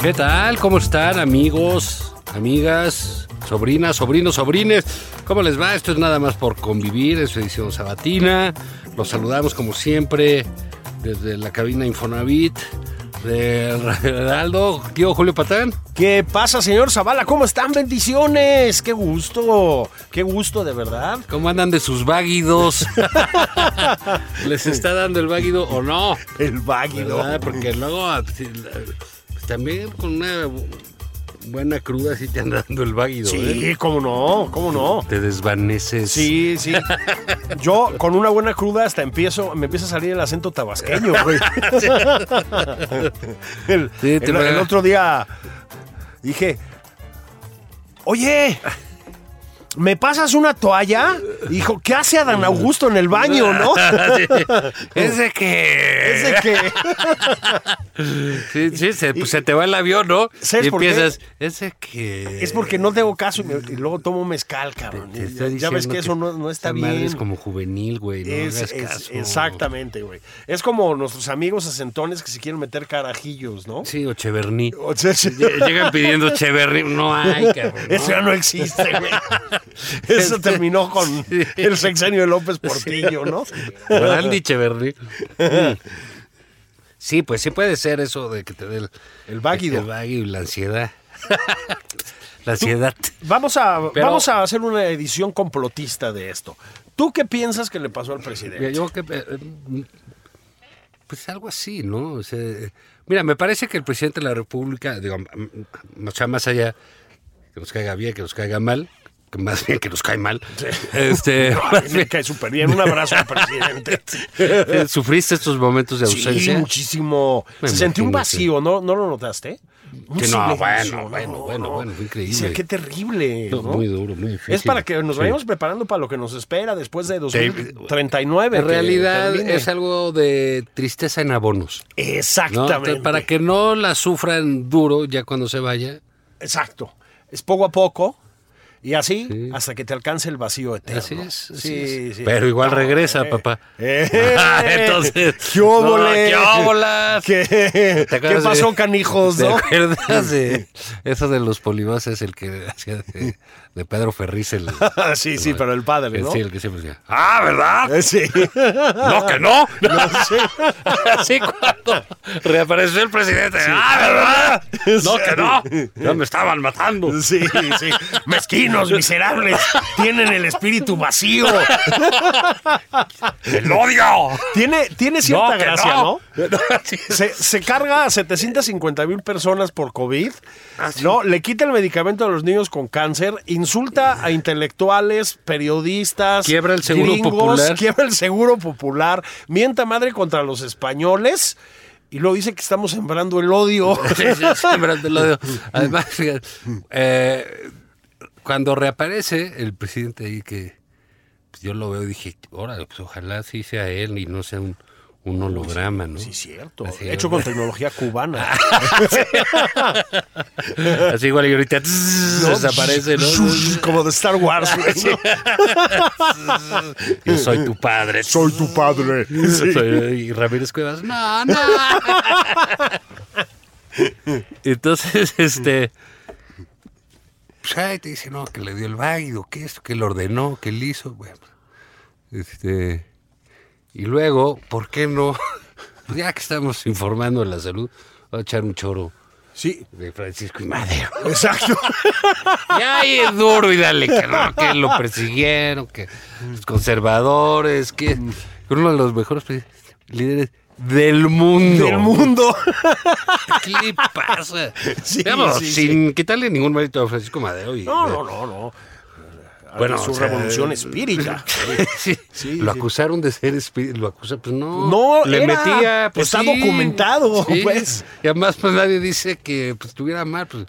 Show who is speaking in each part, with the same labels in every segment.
Speaker 1: ¿Qué tal? ¿Cómo están amigos, amigas, sobrinas, sobrinos, sobrines? ¿Cómo les va? Esto es nada más por convivir, es su edición sabatina. Los saludamos como siempre desde la cabina Infonavit del Heraldo. Tío Julio Patán.
Speaker 2: ¿Qué pasa, señor Zavala? ¿Cómo están? Bendiciones. Qué gusto. Qué gusto, de verdad.
Speaker 1: ¿Cómo andan de sus váguidos? ¿Les está dando el váguido o no?
Speaker 2: El váguido.
Speaker 1: ¿Verdad? Porque luego si, pues, también con una buena cruda sí te anda dando el váguido. ¿eh?
Speaker 2: Sí, cómo no, cómo no.
Speaker 1: Te desvaneces.
Speaker 2: Sí, sí. Yo con una buena cruda hasta empiezo, me empieza a salir el acento tabasqueño, güey. El,
Speaker 1: Sí, te
Speaker 2: el-
Speaker 1: pega.
Speaker 2: el otro día dije, oye, ¿me pasas una toalla? Dijo, ¿qué hace Adán Augusto en el baño, no?
Speaker 1: Es de que.
Speaker 2: Ese que...
Speaker 1: Sí, sí, se, pues, se te va el avión, ¿no?
Speaker 2: ¿Sabes
Speaker 1: y
Speaker 2: por qué?
Speaker 1: empiezas, ese que.
Speaker 2: Es porque no te hago caso y, me- y luego tomo mezcal, cabrón.
Speaker 1: Te está
Speaker 2: ya ves
Speaker 1: diciendo
Speaker 2: que eso no, no está
Speaker 1: esa madre
Speaker 2: bien.
Speaker 1: Es como juvenil, güey. No
Speaker 2: Es-
Speaker 1: hagas
Speaker 2: es-
Speaker 1: caso.
Speaker 2: exactamente, güey. Es como nuestros amigos acentones que se quieren meter carajillos, ¿no?
Speaker 1: Sí, o Cheverní.
Speaker 2: O sea, sí.
Speaker 1: Lle- Llegan pidiendo Cheverní. No Este, hay, cabrón.
Speaker 2: Eso ya no existe, güey. Eso terminó con el sexenio de López Portillo, ¿no?
Speaker 1: ¿Verdad, Andy Cheverní? Mm. Sí, pues sí puede ser eso de que te dé el,
Speaker 2: El váguido.
Speaker 1: El váguido y la ansiedad. la ansiedad.
Speaker 2: Vamos a,
Speaker 1: Pero-
Speaker 2: vamos a hacer una edición complotista de esto. ¿Tú qué piensas que le pasó al presidente?
Speaker 1: Mira, yo que, eh, eh, pues algo así, ¿no? O sea, eh, mira, me parece que el presidente de la República, digo, m- m- o sea, más allá que nos caiga bien, que nos caiga mal, que más bien que nos cae mal, este,
Speaker 2: A mí
Speaker 1: más
Speaker 2: me
Speaker 1: bien,
Speaker 2: cae súper bien. Un abrazo al presidente.
Speaker 1: eh, sufriste estos momentos de
Speaker 2: Sí,
Speaker 1: ausencia.
Speaker 2: muchísimo.
Speaker 1: Me
Speaker 2: Se sentí un
Speaker 1: imagino,
Speaker 2: vacío, ¿no, ¿no lo notaste? Un
Speaker 1: Sí, no,
Speaker 2: silencio,
Speaker 1: bueno, bueno, bueno, bueno, fue increíble.
Speaker 2: Dice, qué terrible.
Speaker 1: No,
Speaker 2: ¿no?
Speaker 1: muy duro, muy difícil.
Speaker 2: Es para que nos
Speaker 1: Sí.
Speaker 2: vayamos preparando para lo que nos espera después de
Speaker 1: En
Speaker 2: 2039. que
Speaker 1: realidad
Speaker 2: termine.
Speaker 1: es algo de tristeza en abonos. ¿no?
Speaker 2: Exactamente.
Speaker 1: Entonces, para que no la sufran duro ya cuando se vaya.
Speaker 2: Exacto. Es poco a poco. Y así
Speaker 1: Sí.
Speaker 2: hasta que te alcance el vacío eterno.
Speaker 1: Así es, así
Speaker 2: Sí,
Speaker 1: es.
Speaker 2: sí.
Speaker 1: Pero igual
Speaker 2: No,
Speaker 1: regresa,
Speaker 2: eh.
Speaker 1: papá.
Speaker 2: Eh.
Speaker 1: Entonces,
Speaker 2: ¡Qué óvole!
Speaker 1: no, ¡Qué óbolas!
Speaker 2: ¿Qué,
Speaker 1: ¿Te
Speaker 2: ¿Qué
Speaker 1: acuerdas de-
Speaker 2: pasó, canijos?
Speaker 1: ¿Te
Speaker 2: ¿no?
Speaker 1: acuerdas de eso de los polibases, el que hacía de, de Pedro Ferriz? El,
Speaker 2: sí, sí, pero el padre,
Speaker 1: el-
Speaker 2: ¿no?
Speaker 1: Sí, el que siempre decía, ¡ah, verdad!
Speaker 2: Eh, Sí.
Speaker 1: ¡No, que no! Así cuando reapareció el presidente, ¡ah, verdad! ¡No, que no! ¡Ya me estaban matando!
Speaker 2: Sí, sí. Mezquinos, miserables, tienen el espíritu vacío.
Speaker 1: ¡El odio!
Speaker 2: Tiene, tiene cierta
Speaker 1: No, que
Speaker 2: gracia, ¿no?
Speaker 1: no.
Speaker 2: Se, se carga a 750 mil personas por COVID,
Speaker 1: Ah,
Speaker 2: ¿no? Le quita el medicamento a los niños con cáncer, insulta a intelectuales, periodistas,
Speaker 1: Quiebra el seguro
Speaker 2: gringos,
Speaker 1: popular.
Speaker 2: quiebra el seguro popular, mienta madre contra los españoles y luego dice que estamos sembrando el odio.
Speaker 1: Sí, sí, sí, pero te lo digo. Además, fíjate, eh, cuando reaparece el presidente ahí que pues, yo lo veo y dije, órale, pues ojalá sí sea él y no sea un, un holograma, ¿no?
Speaker 2: Sí, cierto.
Speaker 1: Así, Ah,
Speaker 2: Hecho con tecnología cubana.
Speaker 1: Así igual y ahorita tss,
Speaker 2: ¿no?
Speaker 1: desaparece, ¿no?
Speaker 2: Como de Star Wars. güey, ¿no?
Speaker 1: Yo soy tu padre.
Speaker 2: Soy tu padre.
Speaker 1: Soy- y Ramírez Cuevas, no, no. Entonces, este. pues, ay, te dice, no, que le dio el váguido, que esto, que lo ordenó, que le hizo. Bueno, este. Y luego, ¿por qué no? Pues ya que estamos informando de la salud, voy a echar un choro
Speaker 2: Sí,
Speaker 1: de Francisco y Madero.
Speaker 2: exacto.
Speaker 1: Y ahí es duro y dale que no, que lo persiguieron, que los conservadores, que uno de los mejores pre- líderes del mundo.
Speaker 2: Del mundo.
Speaker 1: ¿Qué le pasa?
Speaker 2: Sí,
Speaker 1: Digamos,
Speaker 2: sí,
Speaker 1: sin quitarle ningún mérito a Francisco Madero. Y,
Speaker 2: No, no, no, no.
Speaker 1: Bueno,
Speaker 2: Bueno, su
Speaker 1: o sea,
Speaker 2: revolución espírita.
Speaker 1: Sí,
Speaker 2: Sí,
Speaker 1: lo
Speaker 2: sí.
Speaker 1: acusaron de ser espíritu, lo acusaron, pues no.
Speaker 2: No,
Speaker 1: le
Speaker 2: era,
Speaker 1: metía, pues
Speaker 2: está
Speaker 1: sí,
Speaker 2: documentado,
Speaker 1: sí.
Speaker 2: pues.
Speaker 1: Y además, pues nadie dice que pues, estuviera mal, pues.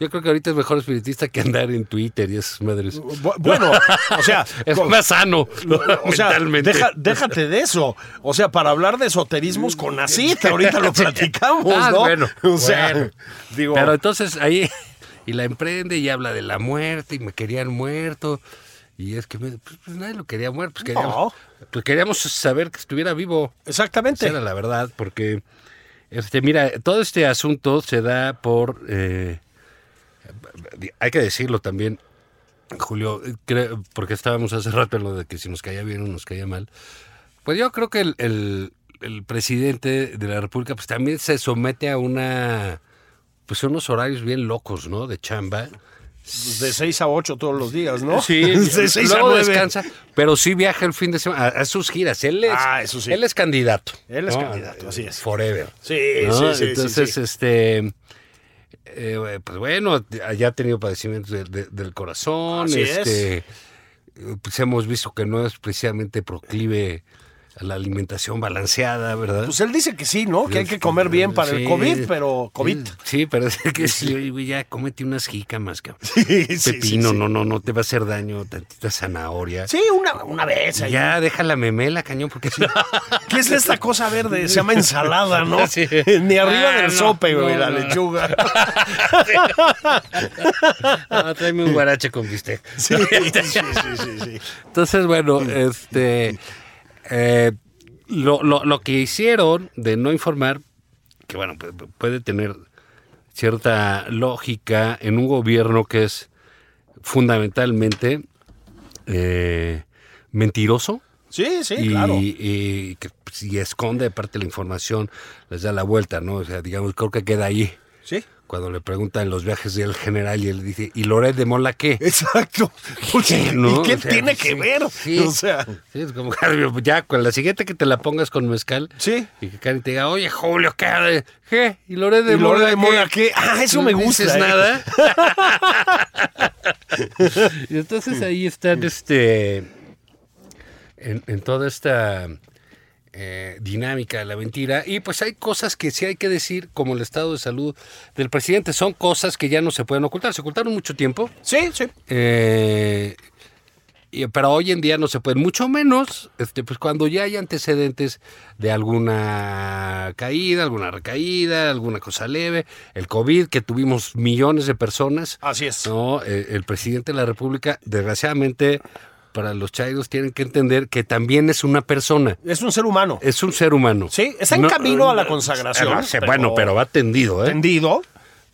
Speaker 1: Yo creo que ahorita es mejor espiritista que andar en Twitter y esas madres.
Speaker 2: Bu- Bueno, o sea,
Speaker 1: Es
Speaker 2: co-
Speaker 1: más sano.
Speaker 2: o sea,
Speaker 1: mentalmente.
Speaker 2: deja- déjate de eso. O sea, para hablar de esoterismos con Nacita, ahorita lo platicamos,
Speaker 1: Ah,
Speaker 2: ¿no?
Speaker 1: bueno,
Speaker 2: o sea,
Speaker 1: bueno.
Speaker 2: digo,
Speaker 1: Pero entonces ahí, y la emprende y habla de la muerte y me querían muerto. Y es que me- pues, pues, nadie lo quería muerto. Pues queríamos, pues, queríamos saber que estuviera vivo.
Speaker 2: exactamente.
Speaker 1: Esa era la verdad, porque, este, mira, todo este asunto se da por, eh, hay que decirlo también, Julio, creo- porque estábamos hace rato en lo de que si nos caía bien o nos caía mal. Pues yo creo que el, el- el presidente de la República pues también se somete a una, pues unos horarios bien locos, ¿no? De chamba.
Speaker 2: De 6 a 8 todos los días, ¿no?
Speaker 1: Sí,
Speaker 2: de 6 a
Speaker 1: luego
Speaker 2: 9.
Speaker 1: descansa, pero sí viaja el fin de semana a, a sus giras. Él es,
Speaker 2: Ah, eso sí.
Speaker 1: él es candidato.
Speaker 2: Él es candidato, así es.
Speaker 1: Forever.
Speaker 2: Sí,
Speaker 1: ¿no?
Speaker 2: sí, sí.
Speaker 1: Entonces,
Speaker 2: sí, sí.
Speaker 1: este. eh, pues bueno, ya ha tenido padecimientos de- de- del corazón.
Speaker 2: Así es.
Speaker 1: este, eh, Pues hemos visto que no es precisamente proclive a la alimentación balanceada, ¿verdad? Este,
Speaker 2: Pues él dice que sí, ¿no? Que hay que comer bien para el
Speaker 1: Sí.
Speaker 2: COVID, pero COVID.
Speaker 1: Sí, pero es que sí, oye, güey, ya cómete unas jícamas, cabrón.
Speaker 2: Sí, sí, sí,
Speaker 1: Pepino,
Speaker 2: sí.
Speaker 1: no, no, no te va a hacer daño, tantita zanahoria.
Speaker 2: Sí, una, una vez. ahí.
Speaker 1: Ya, deja la memela, cañón, porque si no-
Speaker 2: ¿Qué es esta cosa verde? Se llama ensalada, ¿no?
Speaker 1: Sí.
Speaker 2: Ni arriba
Speaker 1: Ah,
Speaker 2: del
Speaker 1: no,
Speaker 2: sope, güey,
Speaker 1: no,
Speaker 2: la
Speaker 1: no, no.
Speaker 2: lechuga.
Speaker 1: Ah, tráeme un guarache con bistec.
Speaker 2: Sí, sí, sí, sí, sí.
Speaker 1: Entonces, bueno, este. eh, lo, lo- lo que hicieron de no informar, que bueno, pu- pu- puede tener cierta lógica en un gobierno que es fundamentalmente eh, mentiroso
Speaker 2: Sí, sí,
Speaker 1: y,
Speaker 2: claro.
Speaker 1: y que pues, y esconde de parte de la información, les da la vuelta, ¿no? O sea, digamos, creo que queda ahí.
Speaker 2: Sí.
Speaker 1: Cuando le preguntan los viajes del general y él dice, ¿y Loret de Mola qué?
Speaker 2: Exacto. Pues,
Speaker 1: ¿Qué,
Speaker 2: ¿Y
Speaker 1: no?
Speaker 2: qué
Speaker 1: O sea,
Speaker 2: tiene
Speaker 1: sí,
Speaker 2: que ver?
Speaker 1: sí.
Speaker 2: O sea,
Speaker 1: Sí, es como, ya, con la siguiente que te la pongas con mezcal.
Speaker 2: Sí.
Speaker 1: Y que Karen te diga, oye, Julio, ¿qué? ¿Qué? ¿Y Lore de
Speaker 2: ¿Y Lore
Speaker 1: Mola
Speaker 2: de Mola qué? Ah, eso
Speaker 1: ¿No
Speaker 2: me gusta,
Speaker 1: dices
Speaker 2: ¿eh?
Speaker 1: nada? y entonces ahí están, este... En, en toda esta eh, dinámica de la mentira. Y pues hay cosas que sí hay que decir, como el estado de salud del presidente. Son cosas que ya no se pueden ocultar. Se ocultaron mucho tiempo.
Speaker 2: sí, sí.
Speaker 1: Eh, y- pero hoy en día no se puede, mucho menos este, pues cuando ya hay antecedentes de alguna caída, alguna recaída, alguna cosa leve, el COVID, que tuvimos millones de personas.
Speaker 2: Así es.
Speaker 1: ¿no? Eh, el presidente de la República, desgraciadamente, para los chairos tienen que entender que también es una persona.
Speaker 2: Es un ser humano.
Speaker 1: Es un ser humano.
Speaker 2: Sí, está en camino a la consagración,
Speaker 1: ah, se-
Speaker 2: pero-
Speaker 1: bueno, pero va tendido, ¿eh?
Speaker 2: Entendido,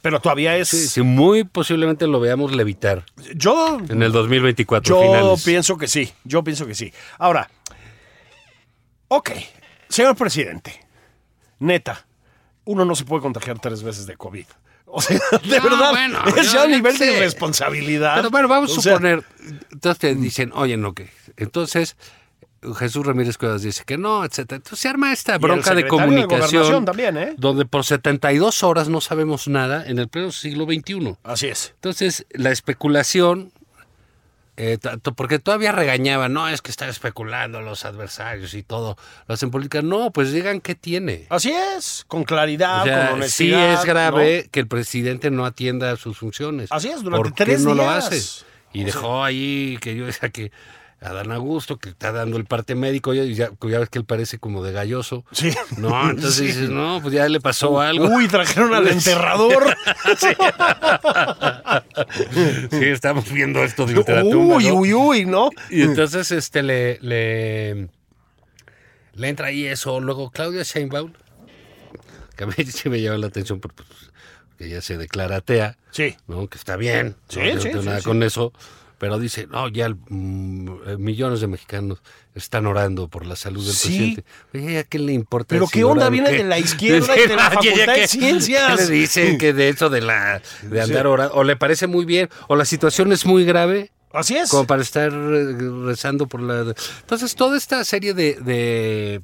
Speaker 2: pero todavía es.
Speaker 1: Sí, muy posiblemente lo veamos levitar
Speaker 2: Yo,
Speaker 1: en el 2024.
Speaker 2: yo
Speaker 1: finales.
Speaker 2: pienso que sí. Yo pienso que sí. Ahora, ok, señor presidente, neta, uno no se puede contagiar tres veces de COVID. O sea, de
Speaker 1: No,
Speaker 2: verdad,
Speaker 1: Ah, bueno,
Speaker 2: es
Speaker 1: yo-
Speaker 2: ya a
Speaker 1: yo
Speaker 2: nivel de
Speaker 1: sé.
Speaker 2: irresponsabilidad.
Speaker 1: Pero bueno, vamos
Speaker 2: Ah, O
Speaker 1: a
Speaker 2: sea,
Speaker 1: suponer. Entonces te dicen, oye, no, que. Entonces, Jesús Ramírez Cuevas dice que no, etcétera. Entonces se arma esta
Speaker 2: el
Speaker 1: bronca de
Speaker 2: secretario de
Speaker 1: comunicación.
Speaker 2: Gobernación también, ¿eh?
Speaker 1: Donde por 72 horas no sabemos nada en el pleno siglo XXI.
Speaker 2: Así es.
Speaker 1: Entonces, la especulación. eh, tanto- porque todavía regañaban, no, es que están especulando los adversarios y todo. Lo hacen política. No, pues digan qué tiene.
Speaker 2: Así es, con claridad,
Speaker 1: O sea,
Speaker 2: Ah, con
Speaker 1: sí
Speaker 2: honestidad.
Speaker 1: es grave que el presidente no atienda a sus funciones.
Speaker 2: Así es, durante
Speaker 1: ¿Por qué
Speaker 2: tres
Speaker 1: no lo
Speaker 2: días?
Speaker 1: hace? Y dejó ahí que yo decía que Adán Augusto, que está dando el parte médico, ya, ya, ya ves que él parece como de galloso.
Speaker 2: Sí.
Speaker 1: No, entonces dices, no, pues ya le pasó
Speaker 2: ¿no?
Speaker 1: algo.
Speaker 2: Uy, trajeron al enterrador.
Speaker 1: Sí, estamos viendo esto de literatura.
Speaker 2: uy,
Speaker 1: ¿no?
Speaker 2: uy, uy, ¿no?
Speaker 1: Y entonces este le, le, le entra ahí eso. Luego Claudia Sheinbaum, que a mí sí me llama la atención porque pues, que ella se declara atea.
Speaker 2: Sí.
Speaker 1: ¿no? Que está bien.
Speaker 2: Sí,
Speaker 1: no, Yo no
Speaker 2: sí,
Speaker 1: tengo
Speaker 2: sí,
Speaker 1: nada
Speaker 2: sí.
Speaker 1: con eso. pero dice, no, ya mm, eh, millones de mexicanos están orando por la salud del
Speaker 2: Sí.
Speaker 1: presidente. Oye, ¿a qué le importa?
Speaker 2: Pero
Speaker 1: si
Speaker 2: qué onda,
Speaker 1: oran?
Speaker 2: viene
Speaker 1: ¿Qué?
Speaker 2: de la izquierda y de la
Speaker 1: Oye,
Speaker 2: Facultad
Speaker 1: ¿qué-
Speaker 2: de Ciencias?
Speaker 1: qué le dicen que de eso de la de andar orando? O le parece muy bien, o la situación es muy grave
Speaker 2: Así es.
Speaker 1: como para estar eh, rezando por la... Entonces, toda esta serie de, de,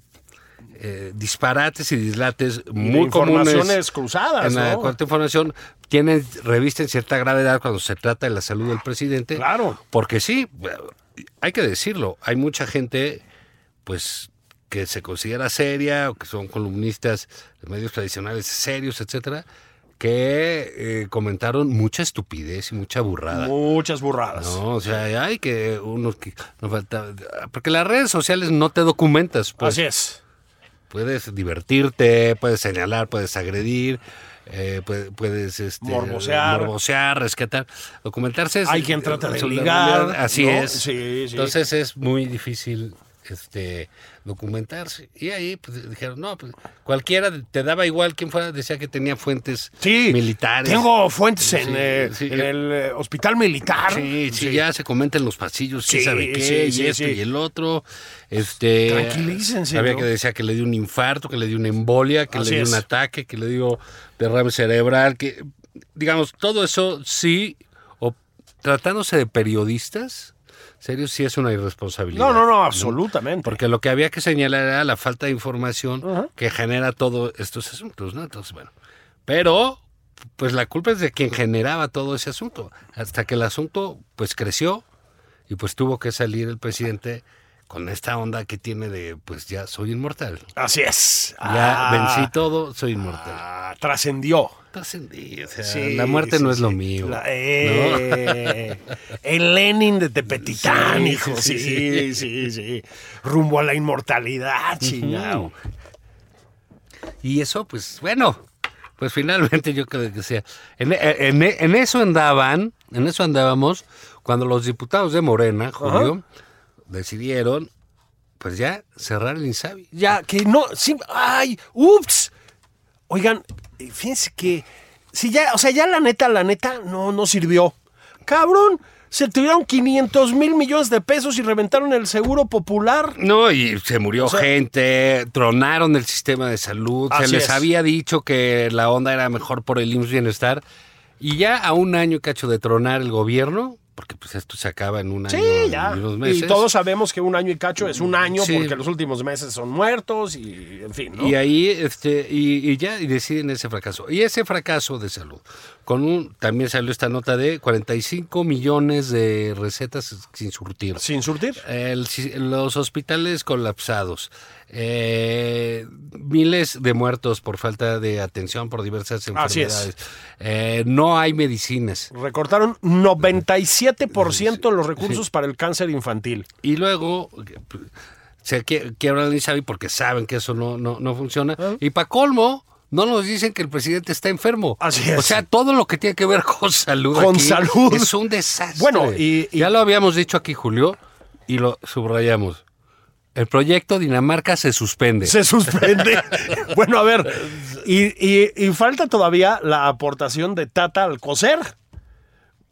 Speaker 1: eh, disparates y dislates muy
Speaker 2: informaciones
Speaker 1: comunes
Speaker 2: cruzadas,
Speaker 1: en la
Speaker 2: ¿no?
Speaker 1: cuarta información tienen revista en cierta gravedad cuando se trata de la salud del presidente.
Speaker 2: Claro.
Speaker 1: Porque sí, eh, hay que decirlo, hay mucha gente pues que se considera seria o que son columnistas de medios tradicionales serios, etcétera, que eh, comentaron mucha estupidez y mucha burrada.
Speaker 2: Muchas burradas.
Speaker 1: No, o sea, hay que unos que nos falta. Porque las redes sociales no te documentas, pues.
Speaker 2: Así es.
Speaker 1: Puedes divertirte, puedes señalar, puedes agredir, eh, puede- puedes, este,
Speaker 2: Morbosear.
Speaker 1: morbosear, rescatar. Documentarse es.
Speaker 2: Hay quien trata de
Speaker 1: es una
Speaker 2: ligar,
Speaker 1: realidad. Así
Speaker 2: ¿no?
Speaker 1: es.
Speaker 2: Sí, sí.
Speaker 1: Entonces es muy difícil este documentarse. Y ahí pues, dijeron, no, pues cualquiera te daba igual quien fuera, decía que tenía fuentes
Speaker 2: Sí.
Speaker 1: militares.
Speaker 2: Tengo fuentes
Speaker 1: Sí,
Speaker 2: en, eh,
Speaker 1: sí.
Speaker 2: en el eh, hospital militar.
Speaker 1: Sí, sí, ya se comenta en los pasillos, quién
Speaker 2: Sí,
Speaker 1: sabe qué,
Speaker 2: sí,
Speaker 1: y
Speaker 2: sí,
Speaker 1: esto
Speaker 2: sí.
Speaker 1: y el otro. Este,
Speaker 2: Tranquilícense,
Speaker 1: Había
Speaker 2: ¿no?
Speaker 1: que decía que le dio un infarto, que le dio una embolia, que
Speaker 2: Así
Speaker 1: le dio
Speaker 2: es.
Speaker 1: un ataque, que le dio derrame cerebral, que digamos, todo eso sí, o tratándose de periodistas, serio, sí es una irresponsabilidad.
Speaker 2: No, no, no, absolutamente.
Speaker 1: Porque lo que había que señalar era la falta de información que genera todos estos asuntos, ¿no? Entonces, bueno. Pero, pues la culpa es de quien generaba todo ese asunto. Hasta que el asunto, pues creció y pues tuvo que salir el presidente con esta onda que tiene de, pues ya soy inmortal.
Speaker 2: Así es.
Speaker 1: Ya
Speaker 2: Ah,
Speaker 1: vencí todo, soy inmortal.
Speaker 2: ah, trascendió.
Speaker 1: Trascendí, o sea,
Speaker 2: Sí,
Speaker 1: la muerte
Speaker 2: sí,
Speaker 1: no es lo
Speaker 2: sí.
Speaker 1: mío.
Speaker 2: La-
Speaker 1: ¿no?
Speaker 2: eh, El Lenin de Tepetitán,
Speaker 1: Sí,
Speaker 2: hijo.
Speaker 1: sí,
Speaker 2: Sí sí, sí, Rumbo a la inmortalidad, chingao.
Speaker 1: Y eso, pues bueno, pues finalmente yo creo que sea. En, e, en- en eso andaban, en eso andábamos, cuando los diputados de Morena, Julio, decidieron, pues ya, cerrar el Insabi.
Speaker 2: Ya, que no. sí, ¡Ay! ¡Ups! Oigan, eh, fíjense que. Si ya, o sea, ya la neta, la neta, no, no sirvió. Cabrón, se tuvieron 500 mil millones de pesos y reventaron el seguro popular.
Speaker 1: No, y se murió
Speaker 2: sea-
Speaker 1: gente, tronaron el sistema de salud, se
Speaker 2: Así
Speaker 1: les
Speaker 2: es.
Speaker 1: había dicho que la onda era mejor por el IMSS Bienestar, y ya a un año cacho de tronar el gobierno, porque pues esto se acaba en un año
Speaker 2: Sí, ya.
Speaker 1: y unos
Speaker 2: Y
Speaker 1: meses.
Speaker 2: todos sabemos que un año y cacho es un año
Speaker 1: Sí.
Speaker 2: porque los últimos meses son muertos y en fin, ¿no?
Speaker 1: Y ahí, este, y, y ya y deciden ese fracaso. Y ese fracaso de salud, con un, también salió esta nota de 45 millones de recetas sin surtir.
Speaker 2: Sin surtir.
Speaker 1: El si- los hospitales colapsados, eh, miles de muertos por falta de atención por diversas
Speaker 2: Así es.
Speaker 1: enfermedades. Eh, no hay medicinas.
Speaker 2: Recortaron 97% los recursos para el cáncer infantil.
Speaker 1: Y luego eh, se quie- quiebran el Insabi porque saben que eso no, no, no funciona.
Speaker 2: Ah.
Speaker 1: Y para colmo, no nos dicen que el presidente está enfermo.
Speaker 2: Así es.
Speaker 1: O sea, todo lo que tiene que ver con salud.
Speaker 2: Con
Speaker 1: aquí
Speaker 2: salud.
Speaker 1: Es un desastre.
Speaker 2: Bueno, y- y-
Speaker 1: ya lo habíamos dicho aquí, Julio, y lo subrayamos. El proyecto Dinamarca se suspende.
Speaker 2: Se suspende. bueno, a ver. Y, y- y falta todavía la aportación de Tata al coser.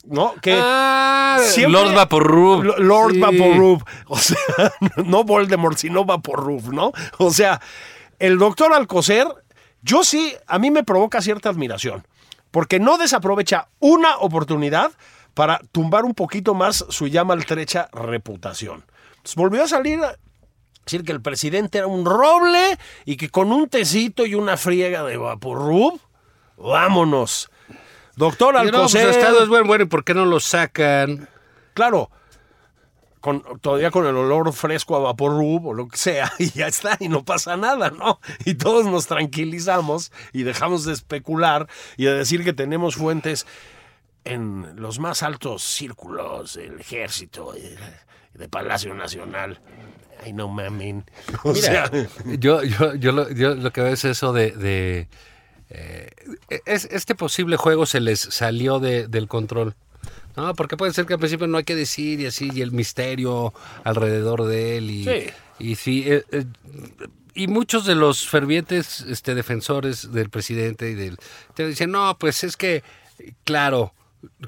Speaker 2: ¿No? Que
Speaker 1: Ah,
Speaker 2: siempre-
Speaker 1: Lord Vaporub.
Speaker 2: L- Lord
Speaker 1: Sí.
Speaker 2: Vaporub. O sea, no Voldemort, sino Vaporub, ¿no? O sea, el doctor Alcocer, yo sí, a mí me provoca cierta admiración, porque no desaprovecha una oportunidad para tumbar un poquito más su ya maltrecha reputación. Entonces, volvió a salir a decir que el presidente era un roble y que con un tecito y una friega de Vaporub, vámonos. Doctor
Speaker 1: Y No, pues,
Speaker 2: Alcocer.
Speaker 1: el Estado es bueno, bueno, ¿y por qué no lo sacan?
Speaker 2: Claro, con, todavía con el olor fresco a vapor rub o lo que sea, y ya está, y no pasa nada, ¿no? Y todos nos tranquilizamos y dejamos de especular y de decir que tenemos fuentes en los más altos círculos del ejército y de, y de Palacio Nacional. Ay, no mamen. O
Speaker 1: Mira,
Speaker 2: sea,
Speaker 1: yo, yo, yo, lo, yo lo que veo es eso de... de, eh, es, este posible juego se les salió de- del control. No, porque puede ser que al principio no hay que decir y así, y el misterio alrededor de él. Y
Speaker 2: Sí.
Speaker 1: y, sí, eh, eh, y muchos de los fervientes este, defensores del presidente y del... Te dicen, no, pues es que, claro,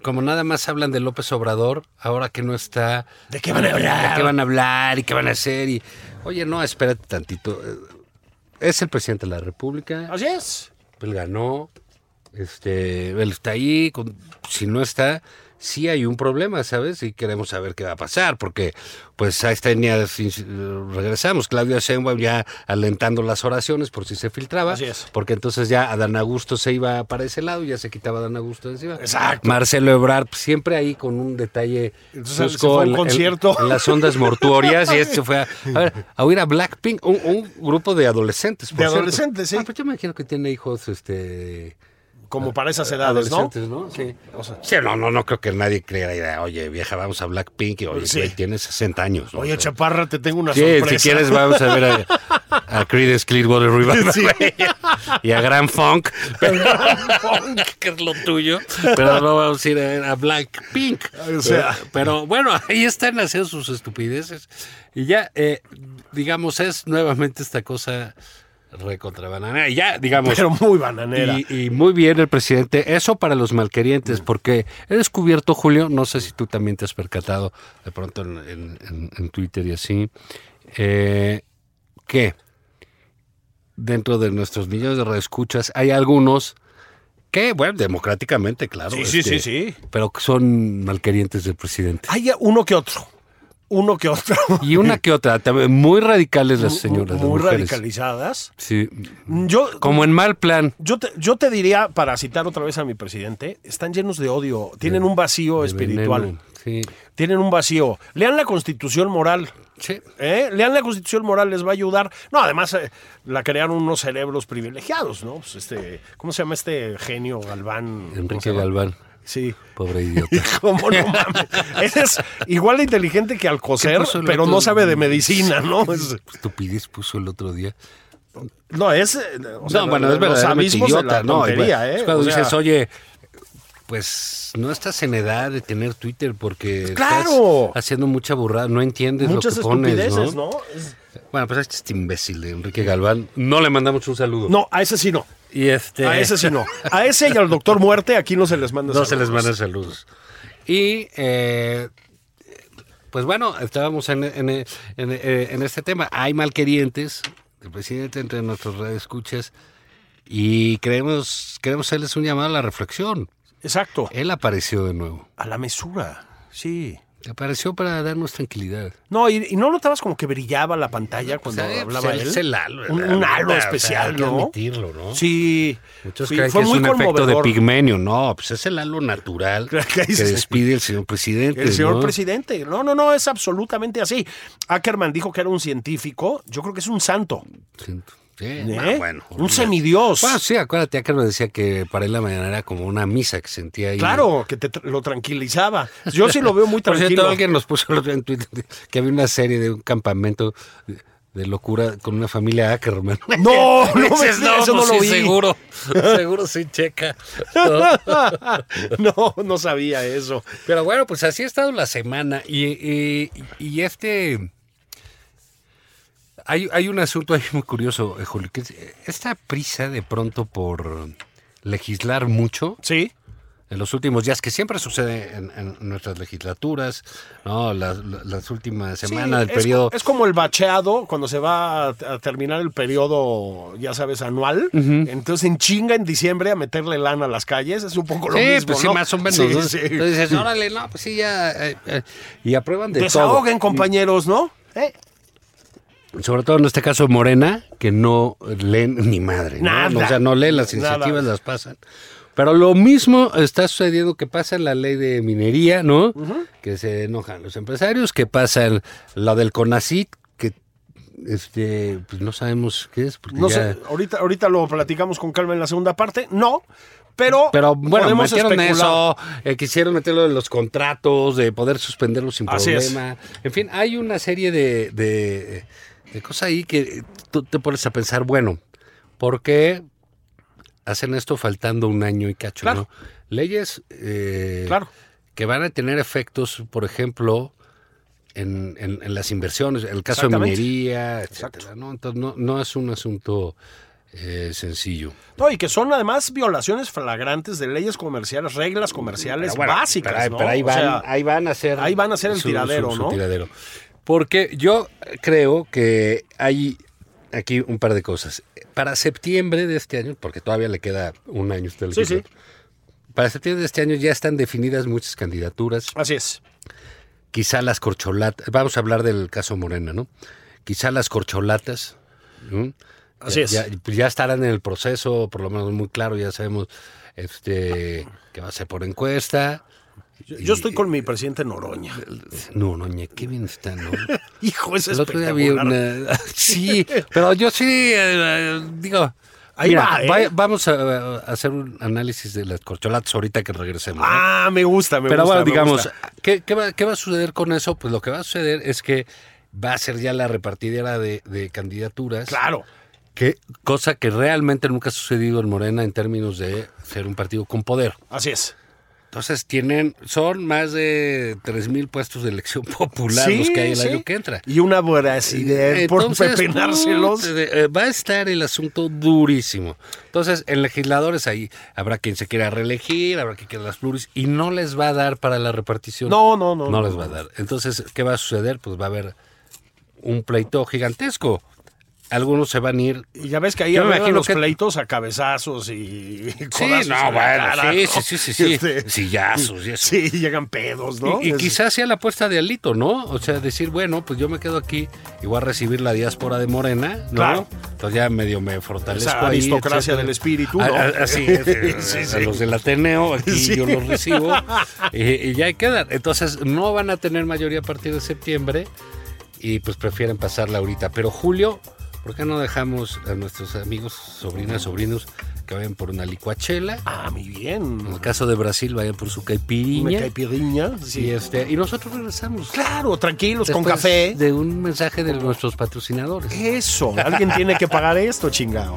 Speaker 1: como nada más hablan de López Obrador, ahora que no está.
Speaker 2: ¿De qué van a hablar?
Speaker 1: ¿De qué van a hablar y qué van a hacer? Y, oye, no, espérate tantito. eh, Es el presidente de la República,
Speaker 2: Así es.
Speaker 1: él ganó, este, él está ahí, con- si no está, sí hay un problema, ¿sabes? Y queremos saber qué va a pasar, porque pues a esta línea regresamos. Claudia Sheinbaum ya alentando las oraciones por si se filtraba,
Speaker 2: Así es.
Speaker 1: porque entonces ya Adán Augusto se iba para ese lado, ya se quitaba Adán Augusto de encima.
Speaker 2: Exacto.
Speaker 1: Marcelo Ebrard pues, siempre ahí con un detalle
Speaker 2: Entonces,
Speaker 1: chusco
Speaker 2: se fue a un
Speaker 1: en la- en-
Speaker 2: concierto.
Speaker 1: en las ondas mortuorias y este fue a, a ver, a oír a Blackpink, un, un grupo de adolescentes. por
Speaker 2: De
Speaker 1: cierto.
Speaker 2: adolescentes, sí.
Speaker 1: Ah, pero yo me imagino que tiene hijos, este...
Speaker 2: Como para esas edades, ¿no?
Speaker 1: adolescentes, ¿no? Sí.
Speaker 2: O sea,
Speaker 1: Sí, no, no, no creo que nadie crea idea, oye, vieja, vamos a Blackpink y oye,
Speaker 2: Sí.
Speaker 1: güey, tiene 60 años. ¿no?
Speaker 2: Oye,
Speaker 1: O sea,
Speaker 2: chaparra, te tengo una
Speaker 1: sí,
Speaker 2: sorpresa.
Speaker 1: si quieres vamos a ver a, a Creedence Clearwater Revival güey, y a Grand Funk, pero- que es lo tuyo, pero no vamos a ir a, a Blackpink.
Speaker 2: O sea.
Speaker 1: pero, pero bueno, ahí están haciendo sus estupideces y ya, eh, digamos, es nuevamente esta cosa recontrabanana. Y ya, digamos,
Speaker 2: Pero muy bananera.
Speaker 1: y, y muy bien el presidente. Eso para los malquerientes,
Speaker 2: Mm.
Speaker 1: porque he descubierto, Julio, no sé si tú también te has percatado de pronto en, en- en- en Twitter y así, eh, que dentro de nuestros millones de reescuchas hay algunos que, bueno, democráticamente, claro.
Speaker 2: Sí, sí, sí, sí.
Speaker 1: Pero que son malquerientes del presidente.
Speaker 2: Hay uno que otro. Uno que otro.
Speaker 1: Y una que otra, también muy radicales las señoras. las
Speaker 2: Muy
Speaker 1: mujeres.
Speaker 2: radicalizadas.
Speaker 1: Sí.
Speaker 2: Yo,
Speaker 1: Como en mal plan.
Speaker 2: yo, te, yo te diría, para citar otra vez a mi presidente, están llenos de odio. Tienen un vacío
Speaker 1: de
Speaker 2: espiritual.
Speaker 1: veneno. Sí.
Speaker 2: Tienen un vacío. Lean la constitución moral.
Speaker 1: Sí.
Speaker 2: ¿eh? Lean la Constitución Moral, les va a ayudar. No, además eh, la crearon unos cerebros privilegiados, ¿no? Pues este, ¿Cómo se llama este genio Galván? ¿Cómo se
Speaker 1: Enrique
Speaker 2: llama?
Speaker 1: Galván.
Speaker 2: Sí.
Speaker 1: Pobre idiota.
Speaker 2: ¿Cómo no mames? Eres igual de inteligente que
Speaker 1: ¿Qué
Speaker 2: Alcocer,
Speaker 1: puso el
Speaker 2: pero
Speaker 1: otro?
Speaker 2: no sabe de medicina, ¿no? Es-
Speaker 1: Estupidez puso el otro día.
Speaker 2: no, es. eh, o sea,
Speaker 1: no, bueno,
Speaker 2: los
Speaker 1: es verdaderamente
Speaker 2: abismos de
Speaker 1: idiota,
Speaker 2: la
Speaker 1: ¿no?
Speaker 2: tontería,
Speaker 1: Bueno,
Speaker 2: ¿eh?
Speaker 1: Es cuando
Speaker 2: O sea,
Speaker 1: dices, oye, pues no estás en edad de tener Twitter porque
Speaker 2: Pues ¡Claro!
Speaker 1: estás haciendo mucha burrada, no entiendes
Speaker 2: muchas
Speaker 1: lo que pones,
Speaker 2: estupideces,
Speaker 1: ¿no?
Speaker 2: ¿no? Es-
Speaker 1: Bueno, pues este es imbécil de Enrique Galván, no le mandamos un saludo.
Speaker 2: No, a ese sí no.
Speaker 1: Y este
Speaker 2: A ese sí no. A ese y al doctor Muerte aquí no se les manda
Speaker 1: no se les
Speaker 2: saludos.
Speaker 1: manda saludos. Y eh, pues bueno, estábamos en, en- en- eh, en este tema. Hay malquerientes, el presidente entre nuestros escuchas y queremos, queremos hacerles un llamado a la reflexión.
Speaker 2: Exacto.
Speaker 1: Él apareció de nuevo.
Speaker 2: A la mesura. Sí.
Speaker 1: Apareció para darnos tranquilidad.
Speaker 2: No, y, y no notabas como que brillaba la pantalla cuando
Speaker 1: ¿Sabe?
Speaker 2: hablaba
Speaker 1: Pues,
Speaker 2: él.
Speaker 1: es el halo,
Speaker 2: un,
Speaker 1: la
Speaker 2: un halo
Speaker 1: verdad,
Speaker 2: especial,
Speaker 1: o sea, hay que
Speaker 2: ¿no?
Speaker 1: admitirlo, ¿no?
Speaker 2: Sí.
Speaker 1: Muchos
Speaker 2: Sí,
Speaker 1: creen
Speaker 2: fue
Speaker 1: que es
Speaker 2: muy
Speaker 1: un efecto de
Speaker 2: conmovedor.
Speaker 1: pigmenio. No, pues es el halo natural
Speaker 2: Claro que
Speaker 1: que
Speaker 2: ahí se-
Speaker 1: despide el señor presidente.
Speaker 2: El señor
Speaker 1: ¿no?
Speaker 2: presidente. No, no, no, es absolutamente así. Ackerman dijo que era un científico. Yo creo que es un santo.
Speaker 1: Sí,
Speaker 2: ¿eh?
Speaker 1: no, Ah, bueno,
Speaker 2: un semidios.
Speaker 1: Bueno, sí, acuérdate, acá me decía que para él la mañana era como una misa que sentía ahí.
Speaker 2: Claro, que te tra- lo tranquilizaba. Yo sí lo veo muy
Speaker 1: Por
Speaker 2: tranquilo.
Speaker 1: cierto, alguien nos puso el otro día en Twitter que había una serie de un campamento de- de locura con una familia Ackerman.
Speaker 2: No, no, me
Speaker 1: Dices,
Speaker 2: digas, eso no
Speaker 1: pues sí,
Speaker 2: lo vi.
Speaker 1: Seguro, seguro sí checa. ¿no?
Speaker 2: no, no sabía eso.
Speaker 1: Pero bueno, pues así ha estado la semana. Y, y- y este. Hay, hay un asunto ahí muy curioso, eh, Julio, que es esta prisa de pronto por legislar mucho
Speaker 2: Sí,
Speaker 1: en los últimos días, que siempre sucede en, en nuestras legislaturas, ¿no? Las, las últimas semanas
Speaker 2: Sí,
Speaker 1: del
Speaker 2: es,
Speaker 1: periodo.
Speaker 2: es como el bacheado cuando se va a, a terminar el periodo, ya sabes, anual. Entonces, en chinga en diciembre a meterle lana a las calles, es un poco lo
Speaker 1: sí,
Speaker 2: mismo.
Speaker 1: pues sí,
Speaker 2: ¿no?
Speaker 1: más o menos.
Speaker 2: Sí,
Speaker 1: ¿no?
Speaker 2: sí.
Speaker 1: Entonces dices, órale, no, pues sí, ya. eh, eh, y aprueban de todo. Mm.
Speaker 2: Desahoguen, compañeros, ¿no? ¿Eh?
Speaker 1: Sobre todo en este caso Morena, que no leen ni madre. ¿no?
Speaker 2: Nada.
Speaker 1: O sea, no leen las
Speaker 2: Nada.
Speaker 1: iniciativas, las pasan. Pero lo mismo está sucediendo que pasa en la ley de minería, ¿no? Que se enojan los empresarios, que pasa en la del CONACYT, que este, pues no sabemos qué es. Porque
Speaker 2: No
Speaker 1: ya-
Speaker 2: sé, ahorita, ahorita lo platicamos con calma en la segunda parte. No, pero,
Speaker 1: Pero bueno,
Speaker 2: podemos
Speaker 1: metieron eso,
Speaker 2: especular.
Speaker 1: eh, quisieron meterlo en los contratos, de poder suspenderlos sin
Speaker 2: Así es.
Speaker 1: problema. En fin, hay una serie de, de- de cosas ahí que tú te pones a pensar, bueno, ¿por qué hacen esto faltando un año y cacho?
Speaker 2: Claro.
Speaker 1: ¿no? Leyes eh,
Speaker 2: Claro.
Speaker 1: que van a tener efectos, por ejemplo, en, en- en las inversiones, el caso de
Speaker 2: Exactamente.
Speaker 1: minería, etcétera,
Speaker 2: Exacto.
Speaker 1: ¿no? Entonces no, no es un asunto eh, sencillo.
Speaker 2: No, y que son además violaciones flagrantes de leyes comerciales, reglas comerciales
Speaker 1: Pero bueno,
Speaker 2: básicas.
Speaker 1: pero ahí-
Speaker 2: ¿no?
Speaker 1: pero ahí,
Speaker 2: O
Speaker 1: van,
Speaker 2: sea,
Speaker 1: ahí van a hacer.
Speaker 2: ahí van a hacer el tiradero, ¿no?
Speaker 1: tiradero. Porque yo creo que hay aquí un par de cosas. Para septiembre de este año, porque todavía le queda un año usted
Speaker 2: Sí, sí.
Speaker 1: Para septiembre de este año ya están definidas muchas candidaturas.
Speaker 2: Así es.
Speaker 1: Quizá las corcholatas. Vamos a hablar del caso Morena, ¿no? Quizá las corcholatas. ¿no?
Speaker 2: Así
Speaker 1: Ya-
Speaker 2: es.
Speaker 1: Ya, ya estarán en el proceso, por lo menos muy claro, ya sabemos este, que va a ser por encuesta.
Speaker 2: Yo, yo estoy con mi presidente Noroña.
Speaker 1: No, no, ñe, qué bien está, ¿no?
Speaker 2: Hijo, es
Speaker 1: El otro día vi
Speaker 2: espectacular.
Speaker 1: una. Sí, pero yo sí, eh, eh, digo.
Speaker 2: Ahí
Speaker 1: mira,
Speaker 2: va, ¿eh?
Speaker 1: vamos a, a hacer un análisis de las corcholatas ahorita que regresemos. ¿no?
Speaker 2: Ah, me gusta, me
Speaker 1: pero
Speaker 2: gusta.
Speaker 1: bueno,
Speaker 2: me
Speaker 1: digamos,
Speaker 2: gusta.
Speaker 1: ¿qué, qué va, qué va a suceder con eso? Pues lo que va a suceder es que va a ser ya la repartidera de, de candidaturas.
Speaker 2: Claro.
Speaker 1: Que, cosa que realmente nunca ha sucedido en Morena en términos de ser un partido con poder.
Speaker 2: Así es.
Speaker 1: Entonces tienen, son más de 3.000 puestos de elección popular los que hay el
Speaker 2: sí.
Speaker 1: año que entra.
Speaker 2: Y una
Speaker 1: Eh,
Speaker 2: voracidad por
Speaker 1: Entonces,
Speaker 2: pepinárselos.
Speaker 1: puta, de- eh, Va a estar el asunto durísimo. Entonces, en legisladores ahí habrá quien se quiera reelegir, habrá que quiera las pluris, y no les va a dar para la repartición.
Speaker 2: No, no, no,
Speaker 1: No
Speaker 2: no,
Speaker 1: les va a dar. Entonces, ¿qué va a suceder? Pues va a haber un pleito gigantesco. Algunos se van a ir.
Speaker 2: Y ya ves que ahí
Speaker 1: Yo me
Speaker 2: arreglan
Speaker 1: imagino
Speaker 2: los
Speaker 1: que-
Speaker 2: pleitos a cabezazos y
Speaker 1: Sí,
Speaker 2: codazos en la
Speaker 1: no, bueno,
Speaker 2: cara,
Speaker 1: sí, sí,
Speaker 2: ¿no?
Speaker 1: sí, sí, sí.
Speaker 2: Este,
Speaker 1: Sillazos y eso.
Speaker 2: sí, llegan pedos, ¿no?
Speaker 1: Y, y
Speaker 2: Es-
Speaker 1: quizás sea la apuesta de Alito, ¿no? O sea, decir, bueno, pues yo me quedo aquí y voy a recibir la diáspora de Morena, ¿no?
Speaker 2: Claro.
Speaker 1: Entonces ya medio me fortalezco.
Speaker 2: Esa
Speaker 1: ahí,
Speaker 2: aristocracia
Speaker 1: etcétera.
Speaker 2: del espíritu,
Speaker 1: A-
Speaker 2: ¿no?
Speaker 1: a- Así es, eh,
Speaker 2: Sí,
Speaker 1: a
Speaker 2: sí.
Speaker 1: los del Ateneo, aquí
Speaker 2: Sí.
Speaker 1: yo los recibo y, y ya quedan. Entonces no van a tener mayoría a partir de septiembre y pues prefieren pasarla ahorita. Pero Julio, ¿por qué no dejamos a nuestros amigos, sobrinas, sobrinos que vayan por una licuachela?
Speaker 2: Ah, muy
Speaker 1: En el
Speaker 2: bien.
Speaker 1: caso de Brasil, vayan por su
Speaker 2: Una
Speaker 1: caipirinha.
Speaker 2: caipiriña.
Speaker 1: Y,
Speaker 2: Sí.
Speaker 1: este, y nosotros regresamos.
Speaker 2: Claro, tranquilos, con
Speaker 1: Después
Speaker 2: café. Eh.
Speaker 1: De un mensaje de nuestros patrocinadores.
Speaker 2: Eso, alguien tiene que pagar esto, chingado.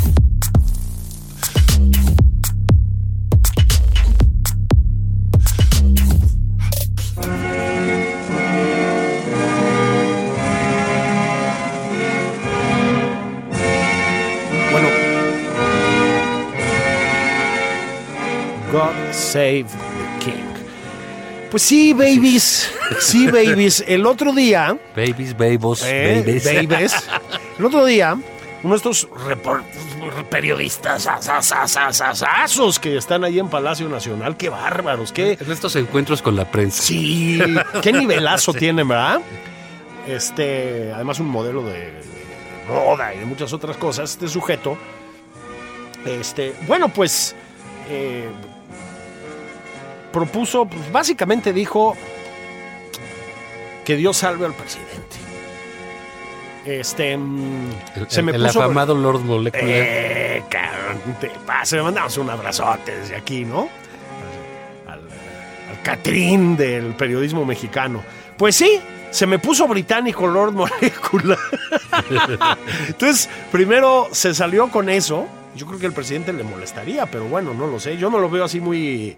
Speaker 2: Bueno. God save the king. Pues sí, babies. Sí, babies. El otro día.
Speaker 1: Babies, babos,
Speaker 2: ¿eh?
Speaker 1: babies.
Speaker 2: Babies. El otro día, uno de estos repor- periodistas asasasasasazos que están ahí en Palacio Nacional. ¡Qué bárbaros! ¡Qué,
Speaker 1: En estos encuentros con la prensa.
Speaker 2: Sí, qué nivelazo tiene, ¿verdad? Este, además un modelo de, de moda y de muchas otras cosas, este sujeto. Este, bueno, pues eh, propuso, pues, básicamente dijo que Dios salve al presidente. Este, mm,
Speaker 1: El,
Speaker 2: se me
Speaker 1: el
Speaker 2: puso
Speaker 1: afamado Lord Molecular.
Speaker 2: eh, cabrón, te pasa. Le mandamos un abrazote desde aquí, ¿no? Al, al Catrín del periodismo mexicano. Pues sí, se me puso británico Lord Molecula. Entonces, primero se salió con eso. Yo creo que el presidente le molestaría, pero bueno, no lo sé. Yo no lo veo así muy.